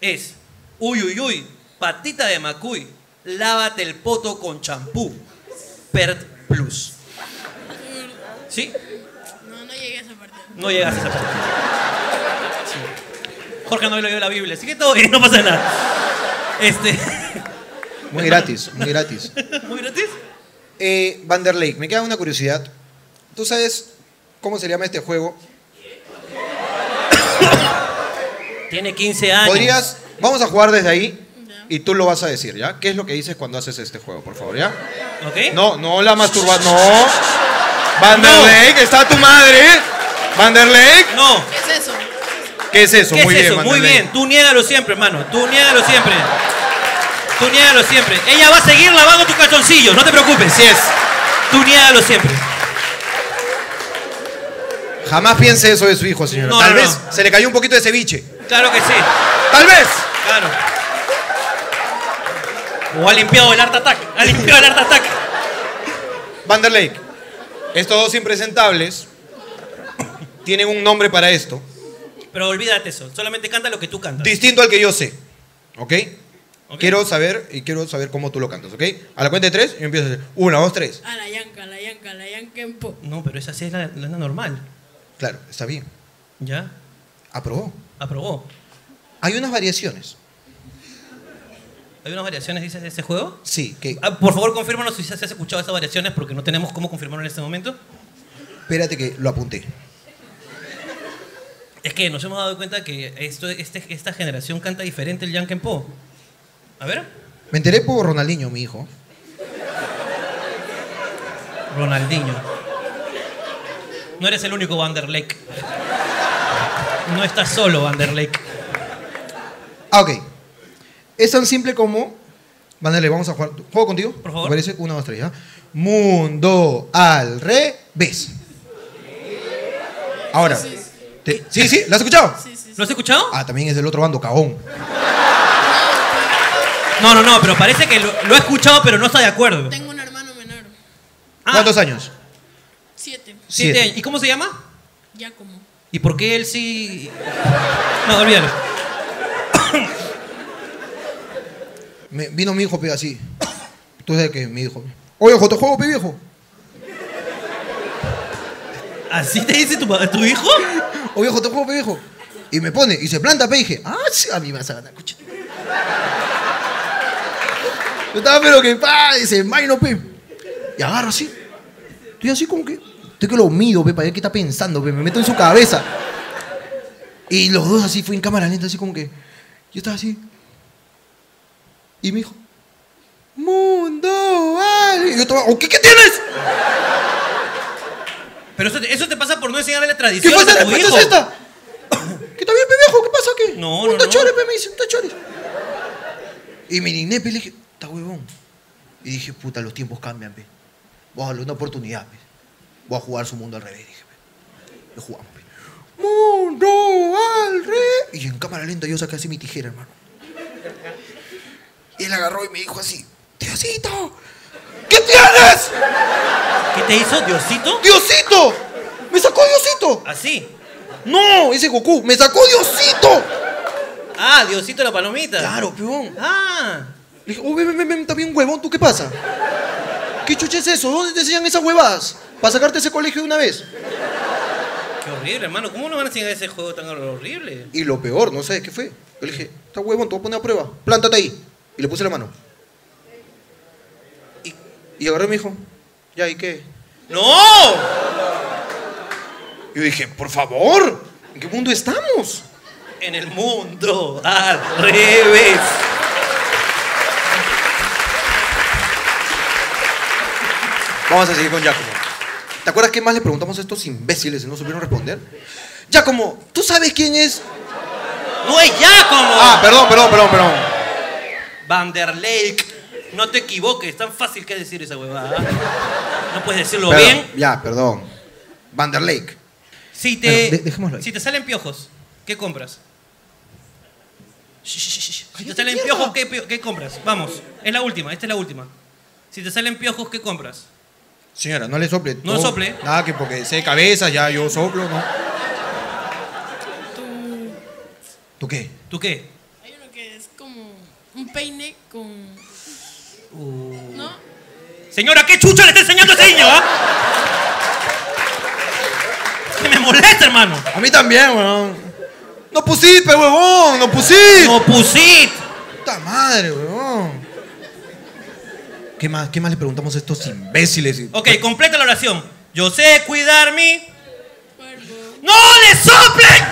[SPEAKER 2] es uy uy uy, patita de macuy, lávate el poto con champú, Pert Plus. ¿Sí?
[SPEAKER 4] No, no llegué a esa parte.
[SPEAKER 2] No llegas a esa parte. Sí. Jorge no lo vio la Biblia, así que todo bien, no pasa nada. Este,
[SPEAKER 5] Muy gratis, muy gratis.
[SPEAKER 2] muy gratis.
[SPEAKER 1] Eh, Vanderlei, me queda una curiosidad. ¿Tú sabes cómo se llama este juego?
[SPEAKER 2] Tiene 15 años.
[SPEAKER 1] Podrías. Vamos a jugar desde ahí
[SPEAKER 4] Ya.
[SPEAKER 1] y tú lo vas a decir, ¿ya? ¿Qué es lo que dices cuando haces este juego, por favor, ya?
[SPEAKER 2] ¿Ok?
[SPEAKER 1] No, no la masturba, no. Vanderlei, está tu madre. Vanderlei,
[SPEAKER 2] No.
[SPEAKER 4] ¿Qué es eso?
[SPEAKER 1] ¿qué es eso?
[SPEAKER 2] ¿Qué es eso? Muy
[SPEAKER 1] Vanderlei.
[SPEAKER 2] bien, tú niégalo siempre, hermano. Tú niégalo siempre. Tú niégalo siempre. Ella va a seguir lavando tus calzoncillos, no te preocupes.
[SPEAKER 1] Así es.
[SPEAKER 2] Tú niégalo siempre.
[SPEAKER 1] Jamás piense eso de su hijo, señora.
[SPEAKER 2] No,
[SPEAKER 1] Tal
[SPEAKER 2] no,
[SPEAKER 1] vez
[SPEAKER 2] no.
[SPEAKER 1] se le cayó un poquito de ceviche.
[SPEAKER 2] Claro que sí,
[SPEAKER 1] Tal vez.
[SPEAKER 2] claro. O ha limpiado el Art Attack. Ha limpiado el Art Attack.
[SPEAKER 1] Vanderlei, estos dos impresentables tienen un nombre para esto,
[SPEAKER 2] Pero olvídate eso. Solamente canta lo que tú cantas.
[SPEAKER 1] distinto al que yo sé. ¿Ok?
[SPEAKER 2] ¿ok?
[SPEAKER 1] Quiero saber y quiero saber cómo tú lo cantas, ¿ok? A la cuenta de tres, yo empiezo a decir una, dos, tres.
[SPEAKER 4] A la yanca, a la yanca, a la yanca en po.
[SPEAKER 2] No, pero esa sí es la, la normal.
[SPEAKER 1] Claro, está bien.
[SPEAKER 2] ¿Ya?
[SPEAKER 1] Aprobó.
[SPEAKER 2] Aprobó.
[SPEAKER 1] Hay unas variaciones.
[SPEAKER 2] ¿Hay unas variaciones, dices, de este juego?
[SPEAKER 1] Sí, que
[SPEAKER 2] Ah, por favor, confírmanos si ya se has escuchado esas variaciones porque no tenemos cómo confirmarlo en este momento.
[SPEAKER 1] espérate que lo apunté.
[SPEAKER 2] Es que nos hemos dado cuenta que esto, este, esta generación canta diferente el Yankee Po. A ver.
[SPEAKER 1] Me enteré por Ronaldinho, mi hijo.
[SPEAKER 2] Ronaldinho. No eres el único Vanderlei. No estás solo, Vanderlei.
[SPEAKER 1] Ah, ok. Es tan simple como. Vanderlei, vamos a jugar. ¿Juego contigo?
[SPEAKER 2] Por favor.
[SPEAKER 1] Me parece una, dos, tres, ¿ya? Mundo al revés. Ahora. te- Sí, sí, ¿lo has escuchado?
[SPEAKER 4] Sí, sí, sí.
[SPEAKER 2] ¿Lo has escuchado?
[SPEAKER 1] Ah, también es del otro bando, cagón.
[SPEAKER 2] No, no, no, pero parece que lo, lo ha escuchado, pero no está de acuerdo.
[SPEAKER 4] Tengo un hermano menor.
[SPEAKER 2] Ah,
[SPEAKER 1] ¿Cuántos años?
[SPEAKER 4] Siete.
[SPEAKER 2] siete
[SPEAKER 1] Siete.
[SPEAKER 2] años. ¿Y cómo se llama?
[SPEAKER 4] Ya como.
[SPEAKER 2] ¿Y por qué él sí.? No, olvídalo.
[SPEAKER 1] Me- vino mi hijo, pero así. Tú sabes que mi hijo. Oye, ojo, te juego, pe viejo.
[SPEAKER 2] ¿Así te dice tu, pa- tu hijo?
[SPEAKER 1] Oye, viejo, te juego, pe viejo. Y me pone, y se planta, pe, y dije, ah, sí, a mí me vas a ganar, escucha. Yo estaba, pero que, pa, y se envaino, pe. Y agarro así. Estoy así como que, estoy que lo mido, pe, para ver qué está pensando, pe, me meto en su cabeza. Y los dos así, fue en cámara lenta, así como que, yo estaba así. Y me dijo, mundo, ay. Y yo estaba, "¿O ¿qué, qué tienes?
[SPEAKER 2] Pero eso te, eso te pasa por no enseñarle la tradición
[SPEAKER 1] ¿Qué falta
[SPEAKER 2] a
[SPEAKER 1] de
[SPEAKER 2] tu
[SPEAKER 1] respeto
[SPEAKER 2] hijo.
[SPEAKER 1] es esta? ¿Qué está bien, pe, viejo? ¿Qué pasa aquí?
[SPEAKER 2] No,
[SPEAKER 1] Un
[SPEAKER 2] no,
[SPEAKER 1] tachore,
[SPEAKER 2] no.
[SPEAKER 1] pe, me dice, un tachore. Y me indigné, pe, le dije, está huevón. Y dije, puta, los tiempos cambian, pe. Vamos a darle una oportunidad, pe. Voy a jugar su mundo al revés, dije, pe. Y jugamos, pe. Mundo al revés. Y en cámara lenta yo saqué así mi tijera, hermano. Y él agarró y me dijo así, Diosito, ¿qué tienes?
[SPEAKER 2] ¿Qué te hizo, Diosito?
[SPEAKER 1] Diosito, me sacó Diosito.
[SPEAKER 2] Así.
[SPEAKER 1] No, ese Goku, me sacó Diosito.
[SPEAKER 2] Ah, Diosito la palomita.
[SPEAKER 1] Claro, peón.
[SPEAKER 2] Ah,
[SPEAKER 1] Le dije, oh, ven, ven, ven, ven, está bien huevón, ¿tú qué pasa? ¿Qué chucha es eso? ¿Dónde te enseñan esas huevadas? Para sacarte ese colegio de una vez.
[SPEAKER 2] qué horrible, hermano. ¿Cómo no van a enseñar ese juego tan horrible?
[SPEAKER 1] Y lo peor, no sé, ¿qué fue? Yo le dije, está huevón, te voy a poner a prueba, plántate ahí. Y le puse la mano. Y, y agarré a mi hijo. Ya, ¿y qué?
[SPEAKER 2] ¡No!
[SPEAKER 1] Yo dije, por favor, ¿en qué mundo estamos?
[SPEAKER 2] En el mundo al revés.
[SPEAKER 1] Vamos a seguir con Giacomo. ¿Te acuerdas qué más le preguntamos a estos imbéciles y no supieron responder? Giacomo, ¿tú sabes quién es?
[SPEAKER 2] No es Giacomo.
[SPEAKER 1] Ah, perdón, perdón, perdón, perdón.
[SPEAKER 2] Van der Lake. No te equivoques, tan fácil que es decir esa huevada. No puedes decirlo
[SPEAKER 1] Perdón,
[SPEAKER 2] bien.
[SPEAKER 1] Ya, perdón. Vanderlake.
[SPEAKER 2] Si te,
[SPEAKER 1] Bueno, de- dejémoslo ahí.
[SPEAKER 2] si te salen piojos, ¿qué compras? Shh, shh, shh, shh. Si te
[SPEAKER 1] Cállate,
[SPEAKER 2] salen
[SPEAKER 1] mierda.
[SPEAKER 2] piojos, ¿qué, pio- qué compras? Vamos, es la última, esta es la última. Si te salen piojos, ¿qué compras?
[SPEAKER 1] Señora, no le sople.
[SPEAKER 2] No
[SPEAKER 1] todo.
[SPEAKER 2] sople.
[SPEAKER 1] Nada, que porque sé cabeza, ya yo soplo, ¿no? ¿Tú qué?
[SPEAKER 2] ¿Tú qué?
[SPEAKER 4] Hay uno que es como un peine con.
[SPEAKER 2] Uh.
[SPEAKER 4] ¿No?
[SPEAKER 2] Señora, ¿qué chucha le está enseñando a ese niño? ah? Que me molesta, hermano.
[SPEAKER 1] A mí también, weón. No pusiste, huevón, no pusiste.
[SPEAKER 2] No pusit.
[SPEAKER 1] Puta madre, weón. ¿Qué más, ¿Qué más le preguntamos a estos imbéciles?
[SPEAKER 2] Ok, completa la oración. Yo sé cuidar mi.
[SPEAKER 4] Cuervo.
[SPEAKER 2] ¡No le soplen!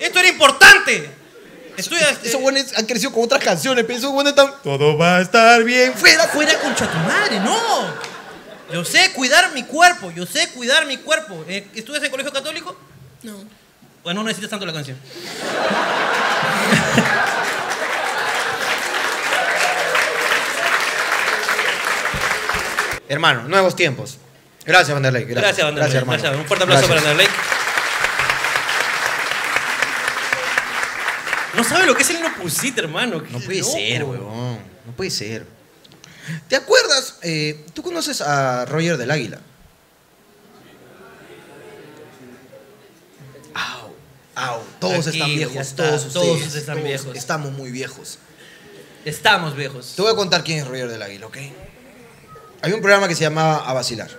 [SPEAKER 2] Esto era importante. Estudia.
[SPEAKER 1] Esos buenos han crecido con otras canciones, pero esos buenos están. Todo va a estar bien.
[SPEAKER 2] Fuera, fuera, concha tu madre, no. Yo sé cuidar mi cuerpo, yo sé cuidar mi cuerpo. Eh, ¿Estudias en colegio católico?
[SPEAKER 4] No.
[SPEAKER 2] Bueno, no necesitas tanto la canción.
[SPEAKER 1] Hermano, nuevos tiempos. Gracias, Vanderlei.
[SPEAKER 2] Gracias, Vanderlei. Gracias,
[SPEAKER 1] hermano.
[SPEAKER 2] Un fuerte aplauso
[SPEAKER 1] Gracias.
[SPEAKER 2] para Vanderlei. No sabe lo que es el no pusite, hermano. Qué
[SPEAKER 1] No puede
[SPEAKER 2] loco.
[SPEAKER 1] ser, huevón. No puede ser. ¿Te acuerdas? eh, ¿Tú conoces a Roger del Águila? Au, au. Todos están
[SPEAKER 2] Tranquilo, ya
[SPEAKER 1] viejos.
[SPEAKER 2] está.
[SPEAKER 1] Todos,
[SPEAKER 2] Todos
[SPEAKER 1] ustedes,
[SPEAKER 2] están viejos.
[SPEAKER 1] Estamos muy viejos.
[SPEAKER 2] Estamos viejos.
[SPEAKER 1] Te voy a contar quién es Roger del Águila, ¿ok? Había un programa que se llamaba A Vacilar.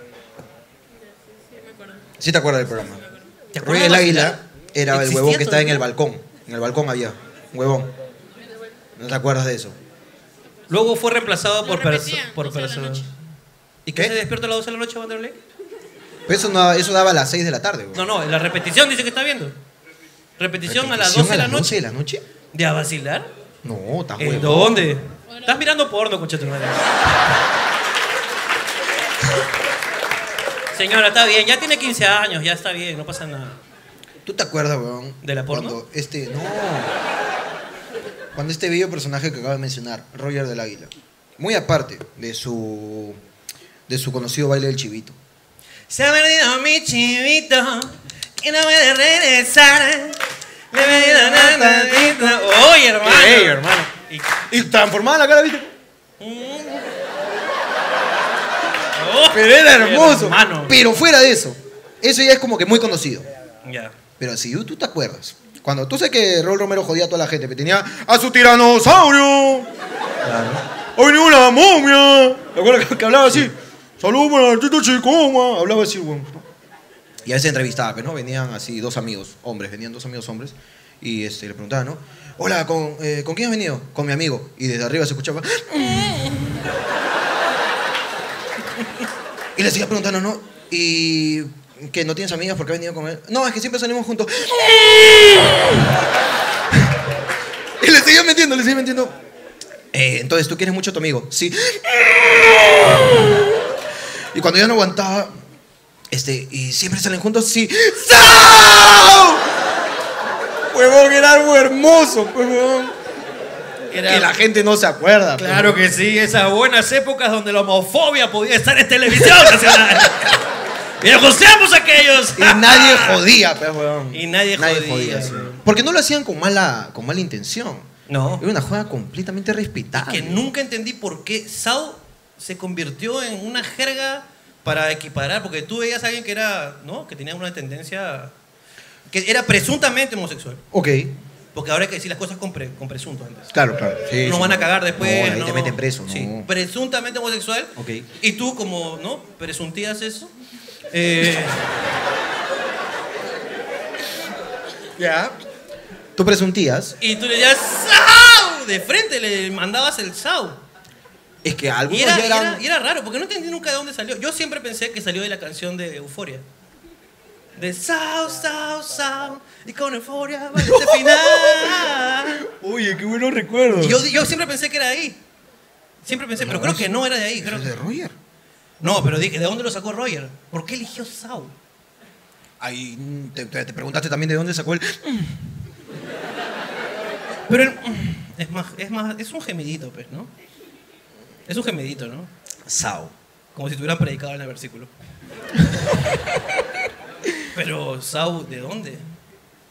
[SPEAKER 1] ¿Sí te acuerdas del programa?
[SPEAKER 2] ¿Te
[SPEAKER 1] Roger
[SPEAKER 2] acuerdas
[SPEAKER 1] del
[SPEAKER 2] de
[SPEAKER 1] Águila
[SPEAKER 2] vacilar?
[SPEAKER 1] era el
[SPEAKER 2] ¿Existía
[SPEAKER 1] huevón que estaba en el
[SPEAKER 2] todavía?
[SPEAKER 1] balcón. En el balcón había un huevón. ¿No te acuerdas de eso?
[SPEAKER 2] Luego fue reemplazado
[SPEAKER 4] Lo
[SPEAKER 2] por, perso-
[SPEAKER 4] repetían,
[SPEAKER 2] por
[SPEAKER 4] 12 de la
[SPEAKER 2] personas.
[SPEAKER 4] noche.
[SPEAKER 2] ¿Y qué?
[SPEAKER 1] ¿Qué?
[SPEAKER 2] ¿Se despierta a las 12 de la noche, Vanderlei?
[SPEAKER 1] Pero eso, no, eso daba a las 6 de la tarde, huevón.
[SPEAKER 2] No, no, la repetición dice que está viendo. Repetición a las 12
[SPEAKER 1] ¿Repetición
[SPEAKER 2] de la noche.
[SPEAKER 1] 12 de la noche?
[SPEAKER 2] ¿De a vacilar?
[SPEAKER 1] No, estás
[SPEAKER 2] ¿En
[SPEAKER 1] huevón.
[SPEAKER 2] dónde? Estás mirando porno, concha tu madre. Señora, está bien, ya tiene 15 años, ya está bien, no pasa nada.
[SPEAKER 1] ¿Tú te acuerdas, weón?
[SPEAKER 2] ¿De la porno?
[SPEAKER 1] Cuando este, no. Cuando este bello personaje que acabo de mencionar, Roger del Águila, muy aparte de su de su conocido baile del chivito.
[SPEAKER 2] Se ha perdido mi chivito y no puede regresar. Le he pedido una tantita. ¡Oye, hermano!
[SPEAKER 1] Qué bello, hermano.
[SPEAKER 2] Y-
[SPEAKER 1] Y transformada la cara, ¿viste?
[SPEAKER 2] ¡Oh!
[SPEAKER 1] Pero era hermoso.
[SPEAKER 2] Hermano.
[SPEAKER 1] Pero fuera de eso, eso ya es como que muy conocido.
[SPEAKER 2] Ya.
[SPEAKER 1] Pero si tú te acuerdas, cuando tú sabes que Raúl Romero jodía a toda la gente, que tenía a su tiranosaurio. Hoy ni una momia. ¿Te acuerdas que, que hablaba así? Salud, para el Tito Chicoma. Hablaba así, weón. Y a veces entrevistaba, pero no venían así dos amigos, hombres, venían dos amigos hombres. Y este, le preguntaban, ¿no? Hola, ¿con, eh, ¿con quién has venido? Con mi amigo. Y desde arriba se escuchaba. Y le seguía preguntando, ¿no? Y que no tienes amigas porque has venido con él. No, es que siempre salimos juntos. Y le seguía metiendo, le seguía metiendo. "Eh, entonces, ¿tú quieres mucho a tu amigo? Sí. Y cuando ya no aguantaba, este, ¿y siempre salen juntos? Sí. ¡Sau! Huevón, era algo hermoso, huevón.
[SPEAKER 2] Era-
[SPEAKER 1] Que la gente no se acuerda.
[SPEAKER 2] Claro que sí, esas buenas épocas donde la homofobia podía estar en televisión nacional. ¡Viejos seamos aquellos!
[SPEAKER 1] Y nadie jodía, pues, weón.
[SPEAKER 2] Y nadie jodía,
[SPEAKER 1] sí.
[SPEAKER 2] weón.
[SPEAKER 1] Porque no lo hacían con mala, con mala intención.
[SPEAKER 2] No.
[SPEAKER 1] Era una juega completamente respetable.
[SPEAKER 2] Que nunca entendí por qué Sao se convirtió en una jerga para equiparar, porque tú veías a alguien que era, ¿no? Que tenía una tendencia que era presuntamente homosexual,
[SPEAKER 1] Ok,
[SPEAKER 2] porque ahora hay que decir las cosas con, pre- con presunto antes.
[SPEAKER 1] claro, claro. Sí,
[SPEAKER 2] no
[SPEAKER 1] sí.
[SPEAKER 2] van a cagar después.
[SPEAKER 1] No, ahí te
[SPEAKER 2] no.
[SPEAKER 1] meten preso,
[SPEAKER 2] Sí, Pues
[SPEAKER 1] no.
[SPEAKER 2] presuntamente homosexual.
[SPEAKER 1] Ok.
[SPEAKER 2] Y tú, como, ¿no? Presuntías eso. eh,
[SPEAKER 1] Ya. Tú presuntías.
[SPEAKER 2] y tú le decías ¡Sau! De frente le mandabas el Sau.
[SPEAKER 1] Es que
[SPEAKER 2] Y
[SPEAKER 1] algunos
[SPEAKER 2] era,
[SPEAKER 1] ya
[SPEAKER 2] y
[SPEAKER 1] eran.
[SPEAKER 2] era- y era raro, porque no entendí nunca de dónde salió. Yo siempre pensé que salió de la canción de Euforia. De Sau, Sau, Sau. Y con Euforia va este final.
[SPEAKER 1] Oye, qué buenos recuerdos.
[SPEAKER 2] Y yo, yo siempre pensé que era de ahí. Siempre pensé, pero creo que no era de ahí. Creo
[SPEAKER 1] de Roger?
[SPEAKER 2] No, pero dije, ¿de dónde lo sacó Roger? ¿Por qué eligió Sau?
[SPEAKER 1] Ahí mm, te, te- te preguntaste también de dónde sacó el.
[SPEAKER 2] Pero el- es más, es más, es un gemidito, pues, ¿no? Es un gemidito, ¿no?
[SPEAKER 1] Sao.
[SPEAKER 2] Como si estuvieran predicado en el versículo. Pero, Sau, ¿de dónde?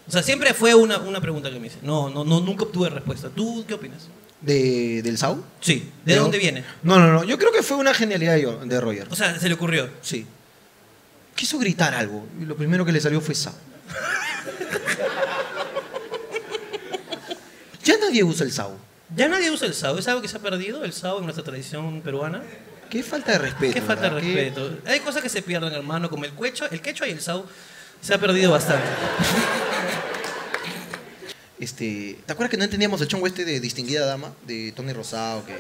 [SPEAKER 2] O sea, siempre fue una, una pregunta que me hice. No, no, no, nunca obtuve respuesta. ¿Tú qué opinas?
[SPEAKER 1] ¿De, ¿Del Sau?
[SPEAKER 2] Sí. ¿De
[SPEAKER 1] ¿No?
[SPEAKER 2] dónde viene?
[SPEAKER 1] No, no, no. Yo creo que fue una genialidad de Yo- de Roger.
[SPEAKER 2] O sea, se le ocurrió.
[SPEAKER 1] Sí. Quiso gritar algo y lo primero que le salió fue Sao. ya nadie usa el Sao.
[SPEAKER 2] Ya nadie usa el Sao. ¿Es algo que se ha perdido el Sao en nuestra tradición peruana?
[SPEAKER 1] Qué falta de respeto.
[SPEAKER 2] Qué falta de
[SPEAKER 1] ¿verdad? Qué-
[SPEAKER 2] respeto. Hay cosas que se pierden, hermano, como el quechua, el quechua y el Sao. Se ha perdido bastante.
[SPEAKER 1] Este, ¿Te acuerdas que no entendíamos el chongo este de Distinguida Dama? De Tony Rosado, que, que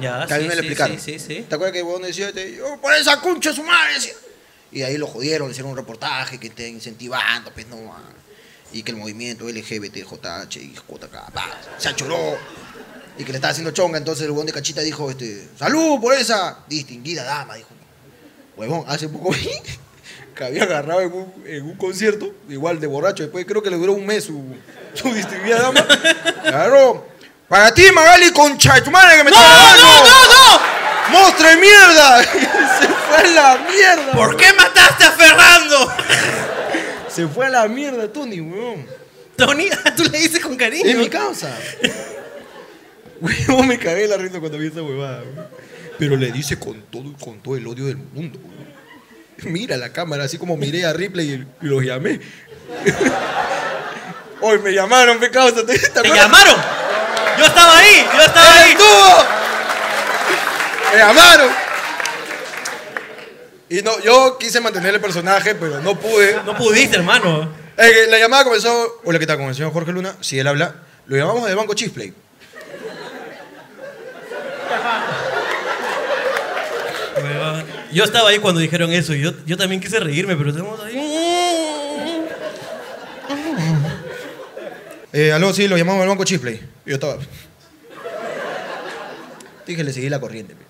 [SPEAKER 2] Ya,
[SPEAKER 1] a
[SPEAKER 2] sí,
[SPEAKER 1] mí me
[SPEAKER 2] sí,
[SPEAKER 1] lo explicaron.
[SPEAKER 2] Sí, sí, sí.
[SPEAKER 1] ¿Te acuerdas que el huevón decía, este, yo por esa concha su madre? decía. Y ahí lo jodieron, le hicieron un reportaje que estén incentivando, pues no. ah. Y que el movimiento LGBTJH y JK, pa, se achoró. Y que le estaba haciendo chonga, entonces el huevón de cachita dijo, este, salud por esa distinguida dama, dijo. Huevón, hace poco vi que había agarrado en un, en un concierto, igual de borracho, después creo que le duró un mes su, su distinguida dama. Claro. Para ti, Magali, concha de tu madre que me está
[SPEAKER 2] no, no!
[SPEAKER 1] ¡Mostre mierda! Se fue a la mierda.
[SPEAKER 2] ¿Por qué mataste a Fernando?
[SPEAKER 1] Se fue a la mierda, Tony, weón.
[SPEAKER 2] Tony, tú le dices con cariño.
[SPEAKER 1] Es mi causa. Weón, me cagué la risa cuando vi esa huevada, weón. Pero le dice con todo, con todo el odio del mundo, weón. Mira la cámara, así como miré a Ripley y, y los llamé. Hoy me llamaron, me causa. ¿Te, te
[SPEAKER 2] ¡Te
[SPEAKER 1] acuerdas?
[SPEAKER 2] llamaron! ¡Yo estaba ahí! ¡Yo estaba ahí!
[SPEAKER 1] ¡Tú! ¡Me llamaron! Y no, yo quise mantener el personaje, pero no pude.
[SPEAKER 2] No pudiste, hermano.
[SPEAKER 1] Eh, que la llamada comenzó. Hola, ¿qué tal? Con el señor Jorge Luna. Si él habla, lo llamamos del banco Chisplay.
[SPEAKER 2] Huevón. Yo estaba ahí cuando dijeron eso. y Yo, yo también quise reírme, pero estamos ahí.
[SPEAKER 1] Eh, aló, sí, lo llamamos del banco Chisplay. Y yo estaba. Dije, le seguí la corriente. pe.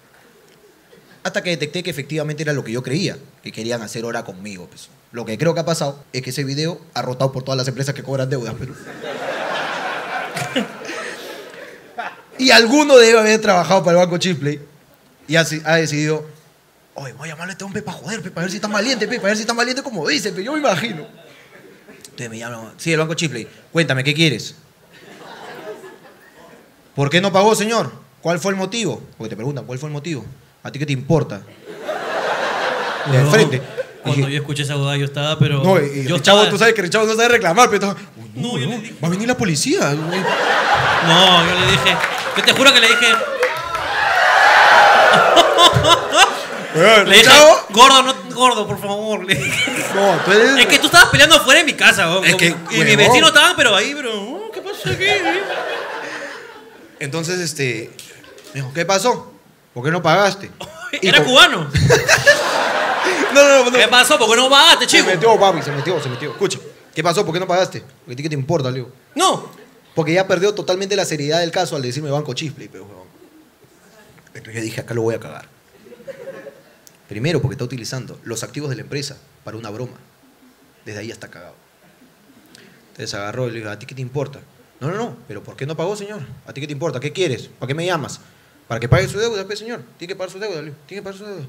[SPEAKER 1] Hasta que detecté que efectivamente era lo que yo creía, que querían hacer hora conmigo. pues. Lo que creo que ha pasado es que ese video ha rotado por todas las empresas que cobran deudas. pero- y alguno debe haber trabajado para el banco Chisplay y ha, si- ha decidido, oye, voy a llamarle a este hombre para joder, pe, para ver si está valiente, pe, para ver si está valiente como dice, pe, yo me imagino. Entonces me llaman, sí, el banco Chifley, cuéntame, ¿qué quieres? ¿Por qué no pagó, señor? ¿Cuál fue el motivo? Porque te preguntan, ¿cuál fue el motivo? ¿A ti qué te importa? De
[SPEAKER 2] Huevón,
[SPEAKER 1] frente.
[SPEAKER 2] Cuando
[SPEAKER 1] Dije-
[SPEAKER 2] yo escuché esa boda, yo estaba, pero.
[SPEAKER 1] no, y, y
[SPEAKER 2] yo
[SPEAKER 1] Richavo,
[SPEAKER 2] estaba-
[SPEAKER 1] tú sabes que Richavo no sabe reclamar, pero estaba, "Uy, no,
[SPEAKER 2] No, yo
[SPEAKER 1] no,
[SPEAKER 2] le dije-
[SPEAKER 1] va a venir la policía. uy".
[SPEAKER 2] No, yo le dije. Yo te juro que le dije.
[SPEAKER 1] Weón,
[SPEAKER 2] Le dije.
[SPEAKER 1] Richavo,
[SPEAKER 2] Gordo, no, gordo, por favor. le dije.
[SPEAKER 1] no, tú eres-
[SPEAKER 2] Es que tú estabas peleando afuera de mi casa, huevón.
[SPEAKER 1] Es que,
[SPEAKER 2] Y mis
[SPEAKER 1] huevón.
[SPEAKER 2] vecinos estaban, pero ahí, pero. oh, ¿Qué pasó aquí?
[SPEAKER 1] Entonces, este, me dijo, ¿qué pasó? ¿Por qué no pagaste? Y
[SPEAKER 2] Era
[SPEAKER 1] con-
[SPEAKER 2] cubano.
[SPEAKER 1] No, no, no, no.
[SPEAKER 2] ¿Qué pasó? ¿Por qué no pagaste,
[SPEAKER 1] Se
[SPEAKER 2] chico?
[SPEAKER 1] metió, papi, se metió, se metió. Escucha, ¿qué pasó? ¿Por qué no pagaste? Porque a ti qué te importa, Leo.
[SPEAKER 2] No.
[SPEAKER 1] Porque ya perdió totalmente la seriedad del caso al decirme banco chisplay, pero huevón. Entonces yo dije, acá lo voy a cagar. Primero, porque está utilizando los activos de la empresa para una broma. Desde ahí ya está cagado. Entonces agarró y le dijo, ¿a ti qué te importa? No, no, no, pero ¿por qué no pagó, señor? ¿A ti qué te importa? ¿Qué quieres? ¿Para qué me llamas? ¿Para que pague su deuda, pues, señor? Tiene que pagar su deuda, Leo. tiene que pagar su deuda.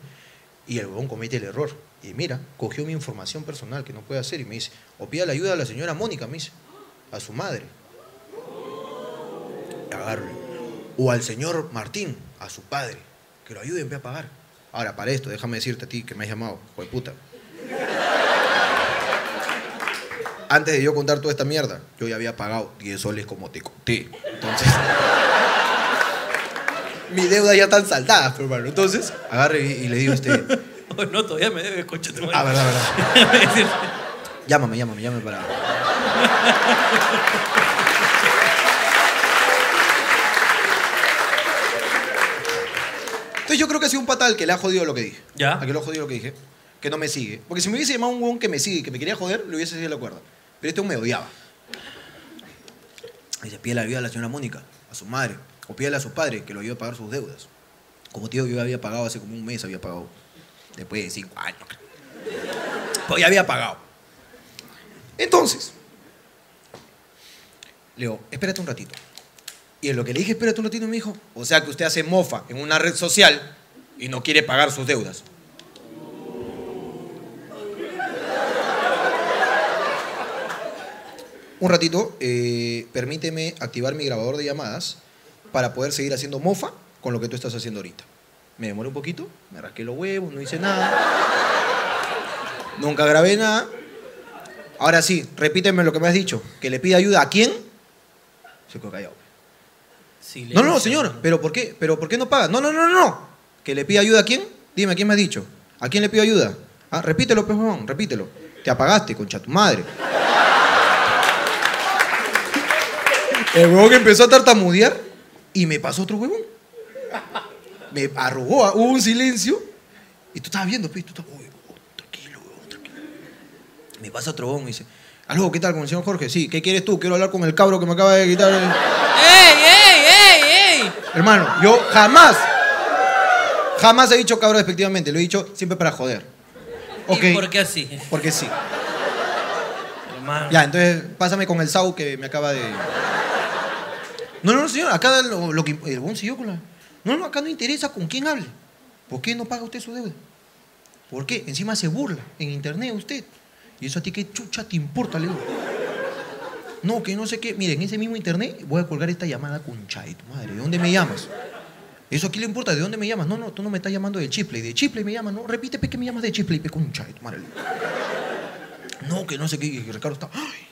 [SPEAKER 1] Y el huevón comete el error. Y mira, cogió mi información personal que no puede hacer y me dice, o pida la ayuda a la señora Mónica, me dice, a su madre agarre. O al señor Martín, a su padre, que lo ayuden ve, a pagar. Ahora, para esto, déjame decirte a ti que me has llamado, hijo de puta. Antes de yo contar toda esta mierda, yo ya había pagado 10 soles como te conté. Entonces, mi deuda ya están saldadas, pero bueno, entonces, agarre y, y le digo, este,
[SPEAKER 2] Oh, no, todavía me debe coche tu madre.
[SPEAKER 1] ah, verdad, verdad.
[SPEAKER 2] Me dice,
[SPEAKER 1] Llámame, llámame, llámame para. Entonces yo creo que ha sido un pata al que le ha jodido lo que dije.
[SPEAKER 2] Ya.
[SPEAKER 1] Al que le ha jodido lo que dije. Que no me sigue. Porque si me hubiese llamado un huevón que me sigue, que me quería joder, le hubiese sido la cuerda. Pero este huevón me odiaba. Y se pide la ayuda a la señora Mónica, a su madre, o pídele a su padre que lo ayude a pagar sus deudas. Como tío, yo había pagado hace como un mes, había pagado. Después de cinco años, creo. Pues ya había pagado. Entonces, le digo, espérate un ratito. Y en lo que le dije, espérate un ratito, me dijo, o sea que usted hace mofa en una red social
[SPEAKER 6] y no quiere pagar sus deudas.
[SPEAKER 1] Un ratito, eh, permíteme activar mi grabador de llamadas para poder seguir haciendo mofa con lo que tú estás haciendo ahorita. Me demoré un poquito, me rasqué los huevos, no hice nada. Nunca grabé nada. Ahora sí, repíteme lo que me has dicho. ¿Que le pida ayuda a quién? Se quedó callado. No, no, señor, pero ¿por qué? ¿Pero por qué no paga? No, no, no, no, no. ¿Que le pida ayuda a quién? Dime, ¿a quién me has dicho? ¿A quién le pido ayuda? Ah, repítelo, pues, huevón, repítelo. Te apagaste, concha tu madre. El huevón empezó a tartamudear y me pasó otro huevón. Me arrugó, ah, hubo un silencio y tú estabas viendo, pues, y tú estabas, "Uy, huevón, tranquilo, huevón, tranquilo. Me pasa otro huevón y dice, aló, ¿qué tal con el señor Jorge? Sí, ¿qué quieres tú? Quiero hablar con el cabro que me acaba de quitar el...
[SPEAKER 2] ¡Ey, ey, ey, ey!
[SPEAKER 1] Hermano, yo jamás, jamás he dicho cabro despectivamente, lo he dicho siempre para joder. Ok.
[SPEAKER 2] ¿Y por qué así?
[SPEAKER 1] Porque sí.
[SPEAKER 2] Hermano.
[SPEAKER 1] Ya, entonces pásame con el Sau que me acaba de. No, no, no, señor, acá lo, lo que. El buen siguió con la- No, no, acá no interesa con quién hable. ¿Por qué no paga usted su deuda? ¿Por qué? Encima se burla en internet usted. ¿Y eso a ti qué chucha te importa, Leo? No, que no sé qué. Mire, en ese mismo internet voy a colgar esta llamada con Chay, tu madre. ¿De dónde me llamas? ¿Eso aquí le importa? ¿De dónde me llamas? No, no, tú no me estás llamando de Chipley. De Chipley me llamas, no. Repite pe, que me llamas de Chipley, pe, concha de tu madre. No, que no sé qué. Y Ricardo está. ¡Ay!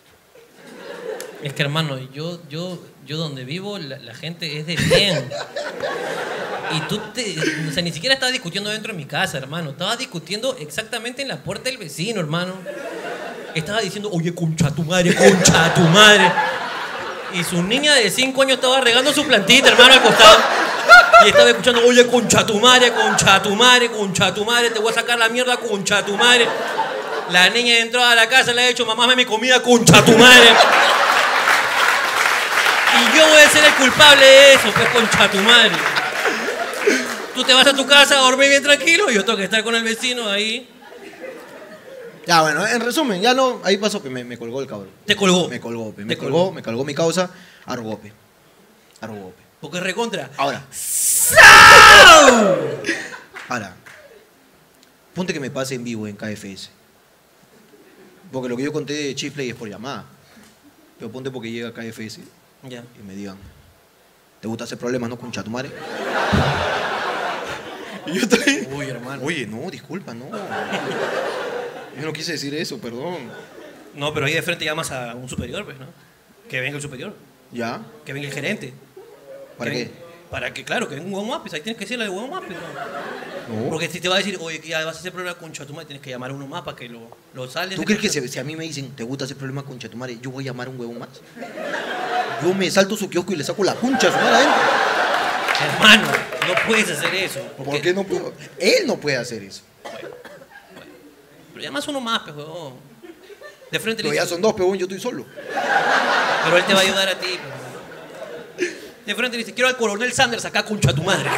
[SPEAKER 2] Es que hermano, yo, yo, yo donde vivo, la, la gente es de bien. Y tú te, o sea, ni siquiera estabas discutiendo dentro de mi casa, hermano. Estabas discutiendo exactamente en la puerta del vecino, hermano. Estaba diciendo, oye, concha tu madre, concha tu madre. Y su niña de 5 años estaba regando su plantita, hermano, al costado. Y estaba escuchando, oye, concha tu madre, concha tu madre, concha tu madre, te voy a sacar la mierda, concha tu madre. La niña entró a la casa, le ha dicho, mamá, me mi comida, concha tu madre. Y yo voy a ser el culpable de eso, pues concha tu madre. Tú te vas a tu casa a dormir bien tranquilo y yo tengo que estar con el vecino ahí.
[SPEAKER 1] Ya, bueno, en resumen, ya no. Ahí pasó, pe, me, me colgó el cabrón.
[SPEAKER 2] Te colgó.
[SPEAKER 1] Me colgó, pe, me
[SPEAKER 2] Te
[SPEAKER 1] colgó, me colgó mi causa. Arrugó, pe. Arrugó, pe.
[SPEAKER 2] Porque es recontra.
[SPEAKER 1] Ahora. Ahora. Ponte que me pase en vivo en KFS. Porque lo que yo conté de Chifley es por llamada. Pero ponte porque llega a KFS
[SPEAKER 2] Ya.
[SPEAKER 1] y me digan, ¿te gusta hacer problemas, no, concha tu madre? y yo estoy...
[SPEAKER 2] Uy, hermano.
[SPEAKER 1] Oye, no, disculpa, no. Yo no quise decir eso, perdón.
[SPEAKER 2] No, pero ahí de frente llamas a un superior, pues, ¿no? Que venga el superior,
[SPEAKER 1] ¿Ya?
[SPEAKER 2] que venga el gerente.
[SPEAKER 1] ¿Para
[SPEAKER 2] que
[SPEAKER 1] qué?
[SPEAKER 2] ven- Para que, claro, que venga un huevón más, pues ahí tienes que decirle al huevón más, pues, ¿no?
[SPEAKER 1] No.
[SPEAKER 2] Porque si te va a decir, oye, que ya vas a hacer problema concha tu madre, tienes que llamar a uno más para que lo, lo sales.
[SPEAKER 1] ¿Tú crees que si, si a mí me dicen, ¿te gusta hacer problemas, concha tu madre? Yo voy a llamar a un huevón más. Yo me salto su kiosco y le saco la concha a su madre adentro.
[SPEAKER 2] Hermano, no puedes hacer eso.
[SPEAKER 1] ¿Por qué no puedo? Él no puede hacer eso.
[SPEAKER 2] Pero llamas uno más, pues, huevón. De frente le
[SPEAKER 1] Pero ya
[SPEAKER 2] dices,
[SPEAKER 1] son dos, pero yo estoy solo.
[SPEAKER 2] pero él te va a ayudar a ti. pues. De frente le dices, quiero al coronel Sanders acá, concha tu madre.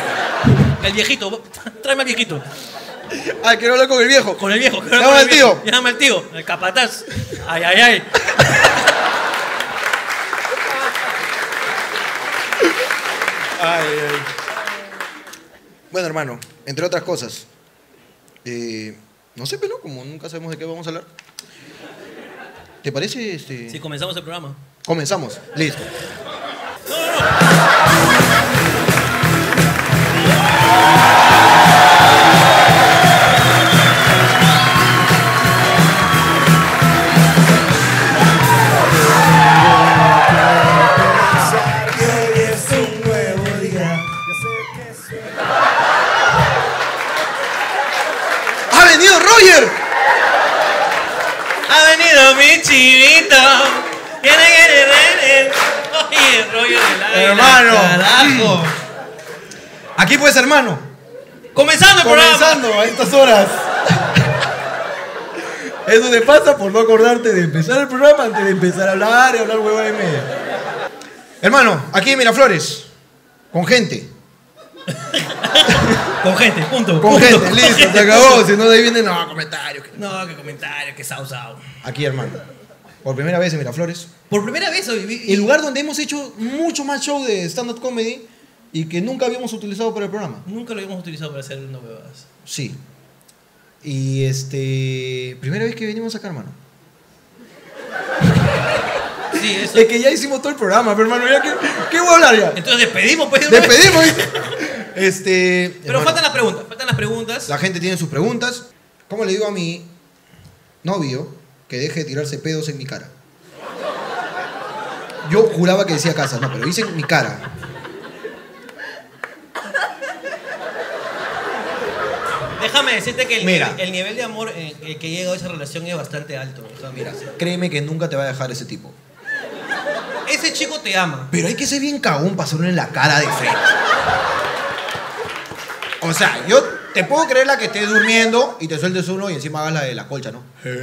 [SPEAKER 2] El viejito, tráeme al viejito.
[SPEAKER 1] Ah, quiero hablar con el viejo.
[SPEAKER 2] Con el viejo. quiero
[SPEAKER 1] Llama
[SPEAKER 2] con el
[SPEAKER 1] al tío.
[SPEAKER 2] viejo. Llama al tío, el capataz. Ay, ay, ay.
[SPEAKER 1] Bueno, hermano, entre otras cosas. eh, no sé, pero como nunca sabemos de qué vamos a hablar. ¿Te parece? Este...
[SPEAKER 2] Si comenzamos el programa.
[SPEAKER 1] Comenzamos. Listo. ¡Ha venido Roger!
[SPEAKER 2] Ha venido mi chivito. Viene, viene, viene. Oye, el rollo del águila,
[SPEAKER 1] Hermano.
[SPEAKER 2] Carajo.
[SPEAKER 1] Aquí pues, hermano.
[SPEAKER 2] Comenzando el Este programa.
[SPEAKER 1] Comenzando a estas horas. Eso te pasa por no acordarte de empezar el programa antes de empezar a hablar y hablar huevada de media. Hermano, aquí en Miraflores. Con gente.
[SPEAKER 2] Con gente, punto.
[SPEAKER 1] Con
[SPEAKER 2] punto.
[SPEAKER 1] gente,
[SPEAKER 2] Con
[SPEAKER 1] listo, se
[SPEAKER 2] gente,
[SPEAKER 1] acabó.
[SPEAKER 2] punto.
[SPEAKER 1] Si no, de ahí vienen, no, comentarios. que-
[SPEAKER 2] No, qué comentario, qué sausao.
[SPEAKER 1] Aquí, hermano. Por primera vez en Miraflores.
[SPEAKER 2] Por primera vez hoy vi-
[SPEAKER 1] El lugar donde hemos hecho mucho más show de stand-up comedy. y que nunca habíamos utilizado para el programa.
[SPEAKER 2] Nunca lo habíamos utilizado para hacer no huevadas.
[SPEAKER 1] Sí. Y este. Primera vez que venimos acá, hermano.
[SPEAKER 2] Sí, eso.
[SPEAKER 1] Es que ya hicimos todo el programa, pero hermano, ya que. ¿Qué voy a hablar ya?
[SPEAKER 2] Entonces despedimos, pues. de una vez.
[SPEAKER 1] Despedimos, ¿viste? Este.
[SPEAKER 2] Pero
[SPEAKER 1] hermano,
[SPEAKER 2] faltan las preguntas, faltan las preguntas.
[SPEAKER 1] La gente tiene sus preguntas. ¿Cómo le digo a mi novio que deje de tirarse pedos en mi cara? Yo juraba que decía casa, no, pero dice en mi cara.
[SPEAKER 2] Déjame decirte que el,
[SPEAKER 1] Mira.
[SPEAKER 2] el nivel de amor en el que llega a esa relación es bastante alto. o sea, mira,
[SPEAKER 1] Créeme que nunca te va a dejar ese tipo.
[SPEAKER 2] ese chico te ama.
[SPEAKER 1] Pero hay que ser bien cagón para hacerlo en la cara de frente. O sea, yo te puedo creer la que estés durmiendo y te sueltes uno y encima hagas la de la colcha, ¿no?
[SPEAKER 2] Puta,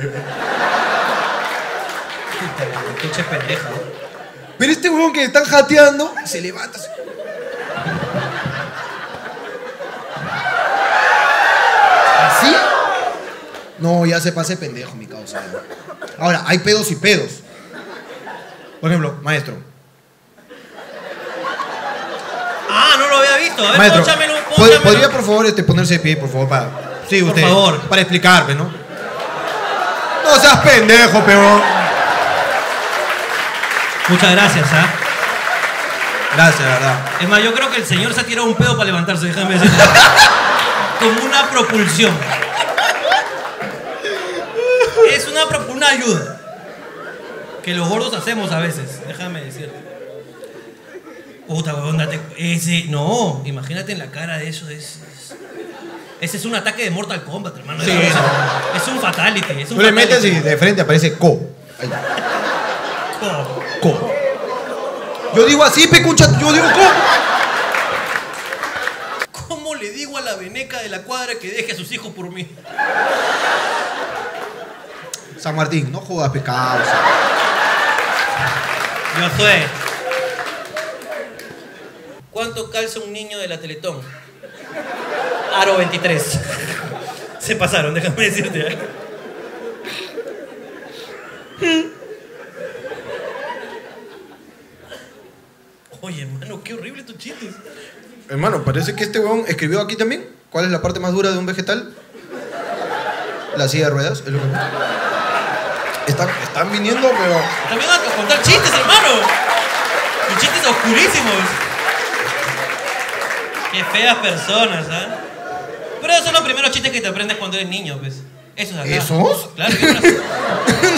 [SPEAKER 2] la concha es pendeja. ¿eh? ¿no?
[SPEAKER 1] Pero este huevón que están jateando se levanta. así. ¿Así? No, ya se pase pendejo, mi causa. Ahora, hay pedos y pedos. Por ejemplo, maestro.
[SPEAKER 2] Ah, no lo había visto. A ver,
[SPEAKER 1] Maestro,
[SPEAKER 2] pónchamelo,
[SPEAKER 1] ¿pod-
[SPEAKER 2] pónchamelo.
[SPEAKER 1] ¿podría por favor este, ponerse de pie, por favor, para. Sí,
[SPEAKER 2] Por
[SPEAKER 1] usted.
[SPEAKER 2] favor.
[SPEAKER 1] Para explicarme, ¿no? No seas pendejo, pero.
[SPEAKER 2] Muchas gracias, ¿ah?
[SPEAKER 1] Gracias, la verdad.
[SPEAKER 2] Es más, yo creo que el señor se ha tirado un pedo para levantarse, déjame decirte. Como una propulsión. Es una, pro- una ayuda. Que los gordos hacemos a veces, déjame decirte. Puta, huevón, date. Ese. No, imagínate en la cara de eso. Es, es- ese es un ataque de Mortal Kombat, hermano.
[SPEAKER 1] Sí,
[SPEAKER 2] es, es un fatality. Es un
[SPEAKER 1] Tú le metes y
[SPEAKER 2] fatality.
[SPEAKER 1] de frente aparece co. Ahí,
[SPEAKER 2] Oh.
[SPEAKER 1] co. Yo digo así, pecucha, yo digo co.
[SPEAKER 2] ¿Cómo le digo a la veneca de la cuadra que deje a sus hijos por mí?
[SPEAKER 1] San Martín, no jodas pecados.
[SPEAKER 2] Yo soy. ¿Cuánto calza un niño de la Teletón? Aro 23. Se pasaron, déjame decirte. ¿eh? Oye, hermano, qué horrible tus chistes.
[SPEAKER 1] Hermano, parece que este huevón escribió aquí también. ¿Cuál es la parte más dura de un vegetal? La silla de ruedas, es lo que. Están, están viniendo, pero.
[SPEAKER 2] También vas a contar chistes, hermano. Y chistes oscurísimos. Qué feas personas, ¿ah? Pero esos son los primeros chistes que te aprendes cuando eres niño, pues. Esos acá.
[SPEAKER 1] ¿Esos?
[SPEAKER 2] Claro, ¿qué brazos?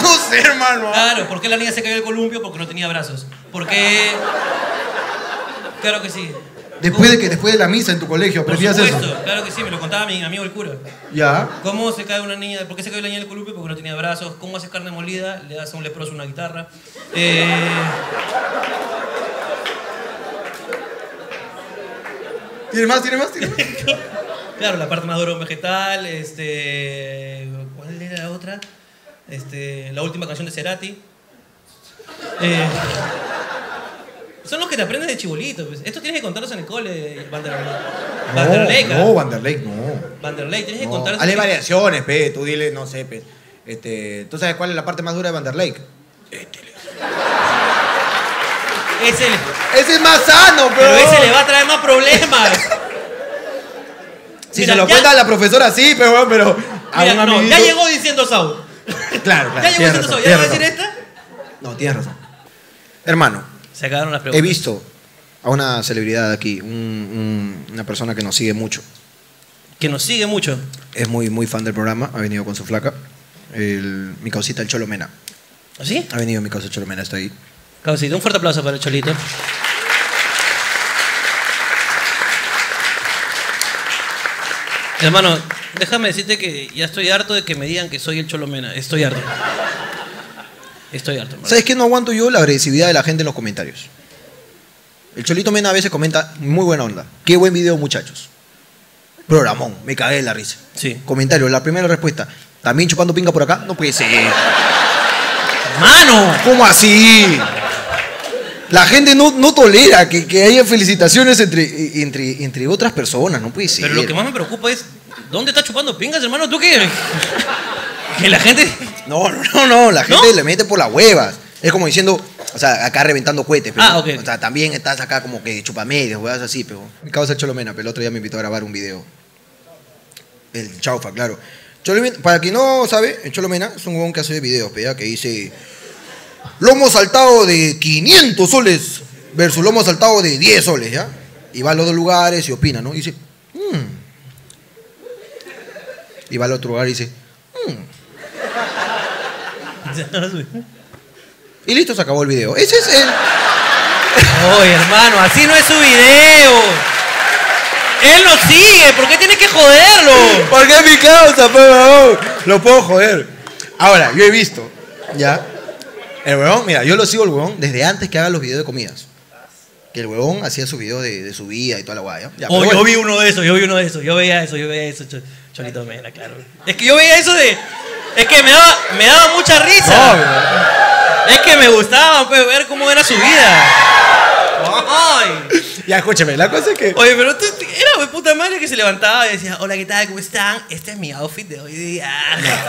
[SPEAKER 1] no sé, hermano.
[SPEAKER 2] claro. ¿Por qué la niña se cayó del columpio? Porque no tenía brazos. ¿Por qué? Claro que sí.
[SPEAKER 1] Después de que después de la misa en tu colegio,
[SPEAKER 2] Por
[SPEAKER 1] aprendías
[SPEAKER 2] supuesto,
[SPEAKER 1] eso.
[SPEAKER 2] claro que sí, me lo contaba mi amigo el cura.
[SPEAKER 1] Ya.
[SPEAKER 2] ¿Cómo se cae una niña? ¿Por qué se cae la niña del columpio? Porque no tenía brazos. ¿Cómo haces carne molida? Le das a un leproso una guitarra. Eh,
[SPEAKER 1] ¿Tiene más? ¿Tiene más? ¿Tiene más?
[SPEAKER 2] claro, la parte más dura de un vegetal. Este, ¿Cuál era la otra? Este, la última canción de Cerati. Eh, son los que te aprendes de chibolito. Pues. Esto tienes que contarlos en el cole, Vanderlei. Vanderlei,
[SPEAKER 1] no, no, Vanderlei, no.
[SPEAKER 2] Vanderlei, tienes que
[SPEAKER 1] No.
[SPEAKER 2] contar.
[SPEAKER 1] Hazle variaciones, pe. Tú dile, no sé, pe. Este, ¿Tú sabes cuál es la parte más dura de Vanderlei?
[SPEAKER 2] Es el,
[SPEAKER 1] Ese es más sano,
[SPEAKER 2] pero ese le
[SPEAKER 1] pero.
[SPEAKER 2] va a traer más problemas.
[SPEAKER 1] Si
[SPEAKER 2] Mira,
[SPEAKER 1] se lo
[SPEAKER 2] ya-
[SPEAKER 1] cuenta a la profesora, sí, pero. pero a
[SPEAKER 2] Mira,
[SPEAKER 1] un
[SPEAKER 2] no,
[SPEAKER 1] amiguito-
[SPEAKER 2] ya llegó diciendo Saúl.
[SPEAKER 1] Claro, claro.
[SPEAKER 2] Ya
[SPEAKER 1] tienes
[SPEAKER 2] llegó diciendo
[SPEAKER 1] razón,
[SPEAKER 2] Saúl. ¿Ya va a
[SPEAKER 1] tienes
[SPEAKER 2] decir
[SPEAKER 1] razón.
[SPEAKER 2] esta?
[SPEAKER 1] No, tienes razón. Hermano,
[SPEAKER 2] Se acabaron las
[SPEAKER 1] he
[SPEAKER 2] preguntas.
[SPEAKER 1] visto a una celebridad aquí, un- un- Mm, una persona que nos sigue mucho.
[SPEAKER 2] Que nos sigue mucho.
[SPEAKER 1] Es muy, muy fan del programa, ha venido con su flaca. El- mi causita, el Cholomena.
[SPEAKER 2] ¿Así?
[SPEAKER 1] Ha venido mi causa el Cholomena, está ahí.
[SPEAKER 2] Causito, un fuerte aplauso para el Cholito. Hermano, déjame decirte que ya estoy harto de que me digan que soy el Cholomena. Estoy harto. Estoy harto, hermano.
[SPEAKER 1] ¿Sabes qué no aguanto yo? La agresividad de la gente en los comentarios. El Cholito Mena a veces comenta, muy buena onda. Qué buen video, muchachos. Programón, me cagué de la risa.
[SPEAKER 2] Sí.
[SPEAKER 1] Comentario, la primera respuesta. ¿También chupando pinga por acá? No puede ser.
[SPEAKER 2] ¡Hermano!
[SPEAKER 1] ¿Cómo así? La gente no, no tolera que, que haya felicitaciones entre, entre, entre otras personas, no puede ser.
[SPEAKER 2] Pero lo que más me preocupa es, ¿dónde está chupando pingas, hermano? ¿Tú qué? Que la gente...
[SPEAKER 1] No, no, no, no, la gente
[SPEAKER 2] ¿No?
[SPEAKER 1] le mete por las huevas. Es como diciendo,
[SPEAKER 6] O sea, acá reventando cohetes, pero.
[SPEAKER 2] Ah, ok, ok.
[SPEAKER 6] O sea, también estás acá como que chupamedias, weas así, pero.
[SPEAKER 1] Mi causa el Cholomena, pero el otro día me invitó a grabar un video. El Chaufa, claro. Cholomena, para quien no sabe, el Cholomena es un huevón que hace videos, pe, ya, que dice lomo saltado de 500 soles versus lomo saltado de 10 soles, ¿ya? Y va a los dos lugares y opina, ¿no? Y dice, "Mm". Y va al otro lugar y dice, y listo, se acabó el video. Ese es el...
[SPEAKER 2] Oye, hermano, así no es su video. Él lo sigue, ¿por qué tienes que joderlo?
[SPEAKER 1] Porque es mi causa, por favor. Lo puedo joder. Ahora, yo he visto, ¿ya? El huevón, mira, yo lo sigo el huevón desde antes que haga los videos de comidas. Que el huevón hacía sus videos de, de su vida y toda la guaya. Ya,
[SPEAKER 2] Oh,
[SPEAKER 1] pero
[SPEAKER 2] yo
[SPEAKER 1] bueno.
[SPEAKER 2] vi uno de esos, yo vi uno de esos, yo veía eso, yo veía eso, Cho- Cholito Mena, claro. Es que yo veía eso de. Es que me daba, me daba mucha risa.
[SPEAKER 1] Oh.
[SPEAKER 2] es que me gustaba pues, ver cómo era su vida. Ay.
[SPEAKER 1] Ya, escúchame, la cosa es que...
[SPEAKER 2] Oye, pero tú, era pues, puta madre que se levantaba y decía, hola, ¿qué tal? ¿Cómo están? Este es mi outfit de hoy día.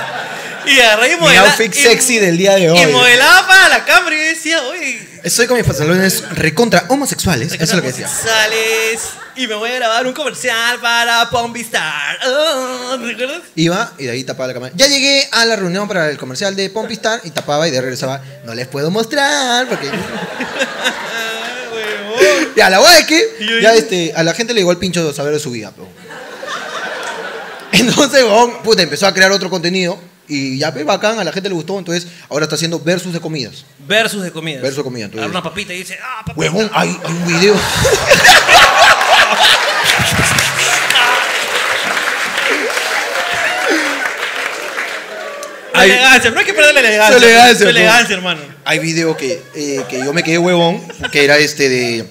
[SPEAKER 2] y agarré y
[SPEAKER 1] Mi
[SPEAKER 2] modelaba-
[SPEAKER 1] outfit
[SPEAKER 2] y-
[SPEAKER 1] sexy del día de
[SPEAKER 2] Y
[SPEAKER 1] hoy.
[SPEAKER 2] modelaba para la cámara y yo decía, oye,
[SPEAKER 1] Estoy con mis pantalones recontra homosexuales. Eso es lo que decía.
[SPEAKER 2] Sales y me voy a grabar un comercial para Pombistar. Ah, ¿Recuerdas?
[SPEAKER 1] Iba y de ahí tapaba la cámara. Ya llegué a la reunión para el comercial de Pompistar y tapaba y de ahí regresaba. No les puedo mostrar porque...
[SPEAKER 2] Ah, huevón.
[SPEAKER 1] Ya, la verdad es que
[SPEAKER 2] Y-
[SPEAKER 1] ya este, a la gente le llegó el pincho de saber de su vida, pero. Entonces, huevón, puta, empezó a crear otro contenido y ya, pues, bacán, a la gente le gustó, entonces ahora está haciendo versus de comidas.
[SPEAKER 2] Versus de comida.
[SPEAKER 1] Versus de comida, entonces.
[SPEAKER 2] Agarra una papita y dice, ah, papita.
[SPEAKER 1] Huevón, hay, hay un video.
[SPEAKER 2] La
[SPEAKER 1] ay.
[SPEAKER 2] elegancia, no hay que perder la elegancia.
[SPEAKER 1] Su elegancia, pues.
[SPEAKER 2] Su
[SPEAKER 1] huevón.
[SPEAKER 2] elegancia, hermano.
[SPEAKER 1] Hay video que, eh, que yo me quedé huevón, que era este de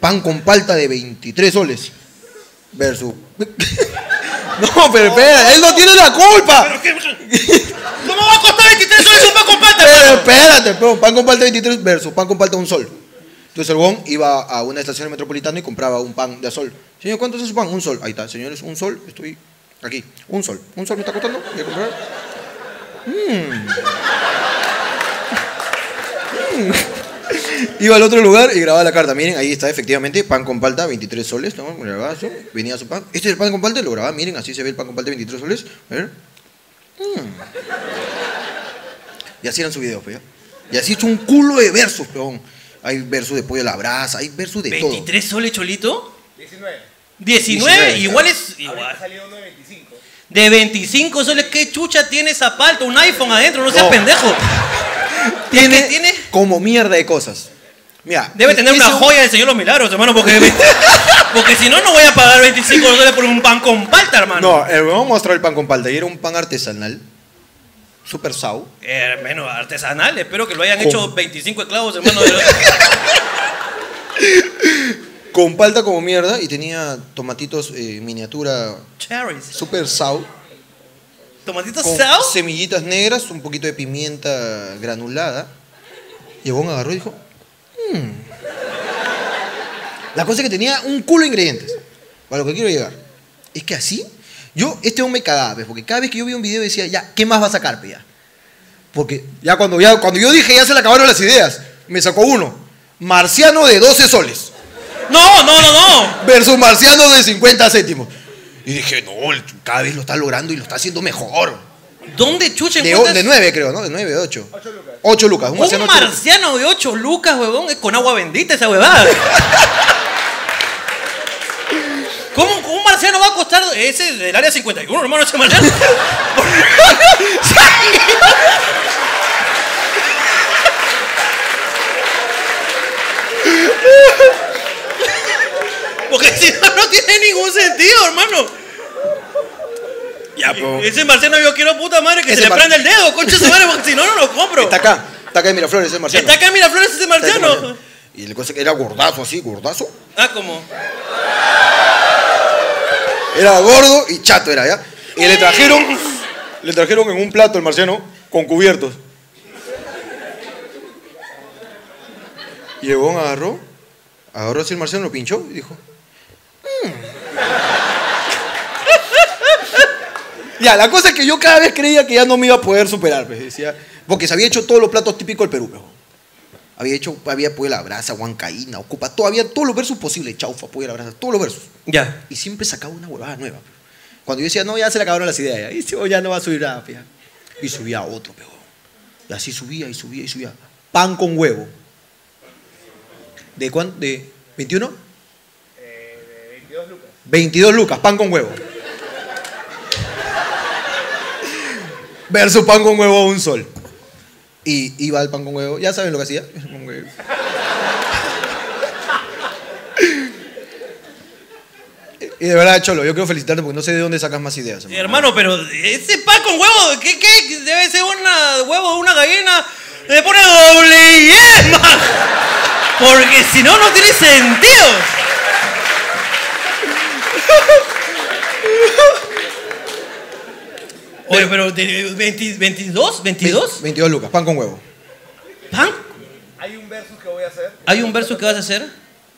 [SPEAKER 1] pan con palta de 23 soles versus. No, pero espera, él no tiene la culpa.
[SPEAKER 2] ¿Cómo va a costar 23 soles un pan con palta,
[SPEAKER 1] Pero
[SPEAKER 2] hermano?
[SPEAKER 1] espérate, pero pan con palta 23 versus pan con palta un sol. Entonces el huevón iba a una estación metropolitana y compraba un pan de a sol. Señor, ¿cuánto es su pan? Un sol. Ahí está, señores, un sol. Estoy aquí. Un sol. Un sol me está costando. Voy a comprar. Mm. Mm. Iba al otro lugar y grababa la carta. Miren, ahí está efectivamente pan con palta, 23 soles. ¿no? Grababa eso. Venía su pan. Este es el pan con palta, lo grababa. Miren, así se ve el pan con palta, 23 soles. A ver. Mm. Y así eran sus videos, peón. Y así hecho un culo de versos, peón. Hay versos de pollo a la brasa, hay versos de todo.
[SPEAKER 2] ¿23 soles, Cholito?
[SPEAKER 7] 19.
[SPEAKER 2] 19,
[SPEAKER 1] 19,
[SPEAKER 2] igual es.
[SPEAKER 7] Ahorita
[SPEAKER 2] Igual.
[SPEAKER 7] salió uno de 25.
[SPEAKER 2] De 25 soles, ¿qué chucha tiene esa palta? Un iPhone adentro, no seas
[SPEAKER 1] No.
[SPEAKER 2] pendejo.
[SPEAKER 1] Tiene,
[SPEAKER 2] que tiene-
[SPEAKER 1] como mierda de cosas. Mira,
[SPEAKER 2] Debe tener una
[SPEAKER 1] hice un-
[SPEAKER 2] joya del Señor de los Milagros, hermano, porque, porque si no, no voy a pagar 25 dólares por un pan con palta, hermano.
[SPEAKER 1] No, eh, el huevón mostró el pan con palta y era un pan artesanal. Super sau.
[SPEAKER 2] Hermano, Eh, artesanal, espero que lo hayan
[SPEAKER 1] Con-
[SPEAKER 2] hecho 25 esclavos, hermano. de-
[SPEAKER 1] Con palta como mierda y tenía tomatitos eh, miniatura
[SPEAKER 2] Cherries.
[SPEAKER 1] super sau.
[SPEAKER 2] ¿Tomatito
[SPEAKER 1] Con
[SPEAKER 2] sao?
[SPEAKER 1] semillitas negras, un poquito de pimienta granulada. Y el huevón agarró y dijo, "Mm". La cosa es que tenía un culo de ingredientes. Para lo que quiero llegar. Es que así, yo, este hombre me cagaba, pues, porque cada vez que yo vi un video decía, ya, ¿qué más va a sacar, pe, ya? Porque ya cuando, ya cuando yo dije, ya se le acabaron las ideas, me sacó uno. Marciano de 12 soles
[SPEAKER 2] No, no, no, no.
[SPEAKER 1] versus Marciano de 50 céntimos. Y dije, no, el- cada vez lo está logrando y lo está haciendo mejor.
[SPEAKER 2] ¿Dónde chucha
[SPEAKER 1] De, o-
[SPEAKER 2] encuentras
[SPEAKER 1] de 9, creo, ¿no? De 9, 8. 8 lucas. 8 lucas. Un marciano.
[SPEAKER 2] un
[SPEAKER 1] ocho
[SPEAKER 2] marciano de 8 lucas, huevón? Es con agua bendita esa huevada. ¿Cómo un marciano va a costar ese del área 51, hermano, ese marciano? Porque si no, no tiene ningún sentido, hermano.
[SPEAKER 1] Ya, po.
[SPEAKER 2] Ese marciano yo quiero puta madre que
[SPEAKER 1] Ese
[SPEAKER 2] se le
[SPEAKER 1] mar-
[SPEAKER 2] prenda el dedo, concha su madre, porque si no, no lo compro.
[SPEAKER 1] Está acá. Está acá en Miraflores, ese marciano.
[SPEAKER 2] Está acá Miraflores ese
[SPEAKER 1] Está ese
[SPEAKER 2] marciano.
[SPEAKER 1] Y la cosa es que era gordazo así, gordazo.
[SPEAKER 2] Ah, como.
[SPEAKER 1] Era gordo y chato era, ¿ya? Y le trajeron. Le trajeron en un plato el marciano con cubiertos. Y el huevón agarró. Agarró así el marciano, lo pinchó y dijo. "Mm". Ya, la cosa es que yo cada vez creía que ya no me iba a poder superar, pues, decía, porque se había hecho todos los platos típicos del Perú, pues. Había hecho, había podido la brasa, Huancaína, Ocupa, todavía todos los versos posibles, Chaufa, Puebla, la brasa, todos los versos.
[SPEAKER 2] Ya.
[SPEAKER 1] Y siempre sacaba una huevada nueva. pe. Cuando yo decía, no, ya se le acabaron las ideas, ya, y este, oh, ya no va a subir nada, pe, ya. Y subía otro, pero. Y así subía y subía y subía. Pan con huevo. ¿De cuánto? ¿De 21?
[SPEAKER 8] Eh, de 22 lucas.
[SPEAKER 1] 22 lucas, pan con huevo. Versus pan con huevo a un sol. Y iba al pan con huevo. Ya saben lo que hacía. Pan con huevo. Y de verdad, Cholo, yo quiero felicitarte porque no sé de dónde sacas más ideas. hermano.
[SPEAKER 2] Hermano, pero ese pan con huevo, ¿qué, qué? Debe ser una huevo de una gallina. Le pone doble y man. Porque si no, no tiene sentido. Oye, pero de- 20 ¿22? ¿22?
[SPEAKER 1] 22 lucas, pan con huevo.
[SPEAKER 2] ¿Pan?
[SPEAKER 8] Hay un versus que voy a hacer
[SPEAKER 2] Hay un verso que vas a hacer.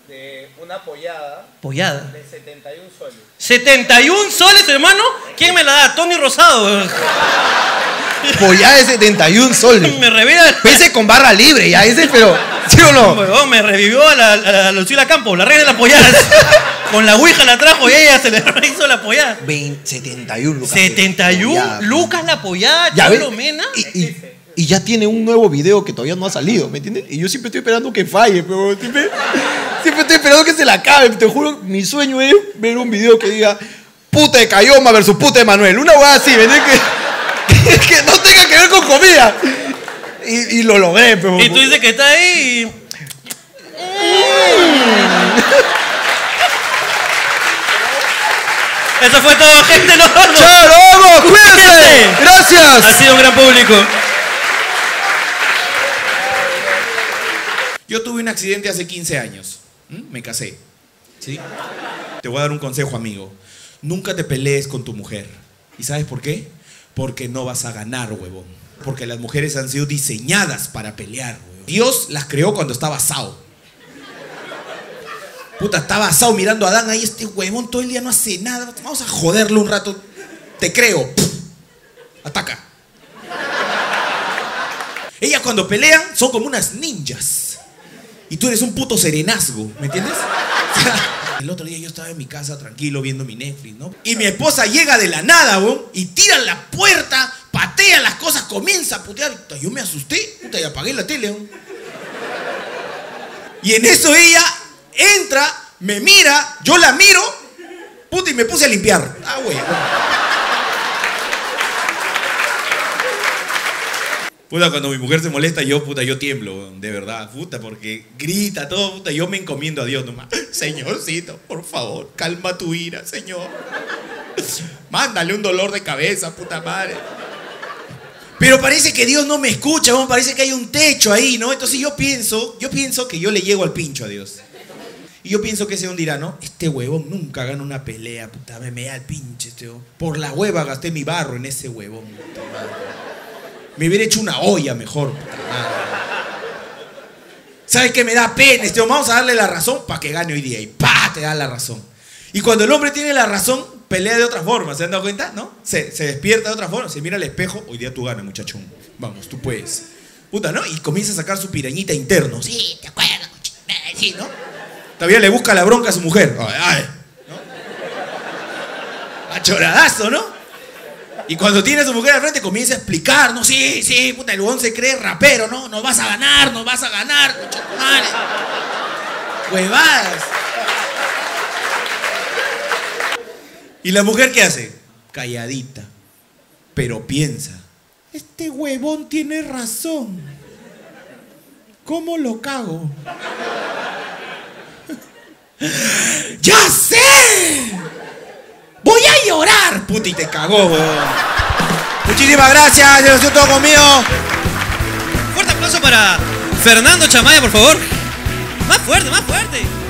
[SPEAKER 8] de una pollada
[SPEAKER 2] Pollada.
[SPEAKER 8] de 71 soles.
[SPEAKER 2] 71 soles, hermano. ¿Quién me la da? Tony Rosado.
[SPEAKER 1] Pollada de 71 soles.
[SPEAKER 2] Me revela.
[SPEAKER 1] Pese con barra libre, ya ese, pero. ¿Sí o no?
[SPEAKER 2] Huevón, me revivió a la, a la Lucila Campos, la reina de las polladas. Con la ouija la trajo y ella se le hizo la pollada.
[SPEAKER 1] 20 71 lucas.
[SPEAKER 2] 71,
[SPEAKER 1] Pollada, pe.
[SPEAKER 2] Lucas la pollada,
[SPEAKER 1] Ya ve,
[SPEAKER 2] Cholo Mena.
[SPEAKER 1] Y, y- y ya tiene un nuevo video que todavía no ha salido, ¿me entiendes? Y yo siempre estoy esperando que falle, pero siempre, siempre estoy esperando que se la acabe. Te juro, mi sueño es ver un video que diga puta de Cayoma versus puta de Manuel. Una hueá así, ¿me entiendes? Que, que no tenga que ver con comida. Y, y lo logré, pero. pues,
[SPEAKER 2] Y tú dices que está ahí y... Eso fue todo, gente. Nos vamos.
[SPEAKER 1] ¡Chao, nos vamos! ¡Cuídense!
[SPEAKER 2] Cuídense.
[SPEAKER 1] ¡Gracias!
[SPEAKER 2] Ha sido un gran público.
[SPEAKER 9] Yo tuve un accidente hace 15 años. ¿m? Me casé. ¿Sí? Te voy a dar un consejo, amigo. Nunca te pelees con tu mujer. ¿Y sabes por qué? Porque no vas a ganar, huevón. Porque las mujeres han sido diseñadas para pelear, huevón. Dios las creó cuando estaba asado. Puta, estaba asado mirando a Adán ahí, este huevón todo el día no hace nada. Vamos a joderlo un rato. Te creo. Pff. Ataca. Ellas cuando pelean son como unas ninjas y tú eres un puto serenazgo, ¿me entiendes? O sea, El otro día yo estaba en mi casa tranquilo viendo mi Netflix, ¿no? Y mi esposa llega de la nada, weón, y tira la puerta, patea las cosas, comienza a putear. Puta, Yo me asusté, puta, y apagué la tele, weón. Y en eso ella entra, me mira, yo la miro, puta, y me puse a limpiar. Ah, weón. Puta, cuando mi mujer se molesta, yo, puta, yo tiemblo, weón, de verdad, puta, porque grita todo, puta, yo me encomiendo a Dios nomás. Señorcito, por favor, calma tu ira, Señor. Mándale un dolor de cabeza, puta madre. Pero parece que Dios no me escucha, weón, parece que hay un techo ahí, ¿no? Entonces yo pienso, yo pienso que yo le llego al pincho a Dios. Y yo pienso que ese un dirá, ¿no? Este huevón nunca gana una pelea, puta, me mea al pinche, este huevón. Por la hueva gasté mi barro en ese huevón. puta madre. Me hubiera hecho una olla mejor. puta madre. ¿Sabes qué? Me da pena. Este, hombre. vamos a darle la razón para que gane hoy día. Y pa, te da la razón. Y cuando el hombre tiene la razón, pelea de otra forma. ¿Se han dado cuenta? ¿No? Se, se despierta de otra forma. Se mira al espejo. Hoy día tú ganas, muchachón. Vamos, tú puedes. Puta, ¿no? Y comienza a sacar su pirañita interno. Sí, te acuerdas. cochi- eh, Sí, ¿no? Todavía le busca la bronca a su mujer. Ay, ay. ¿No? Achoradazo, ¿no? Y cuando tiene a su mujer al frente comienza a explicar, no, sí, sí, puta, el huevón se cree rapero, no, nos vas a ganar, nos vas a ganar, concha tu madre. Huevadas. ¿Y la mujer qué hace? Calladita, pero piensa, este huevón tiene razón. ¿Cómo lo cago? ¡Ya sé! ¡Voy a llorar! Puta, y te cagó, weón. Muchísimas gracias, se lo siento todo conmigo.
[SPEAKER 2] Fuerte aplauso para Fernando Chamaya, por favor. Más fuerte, más fuerte.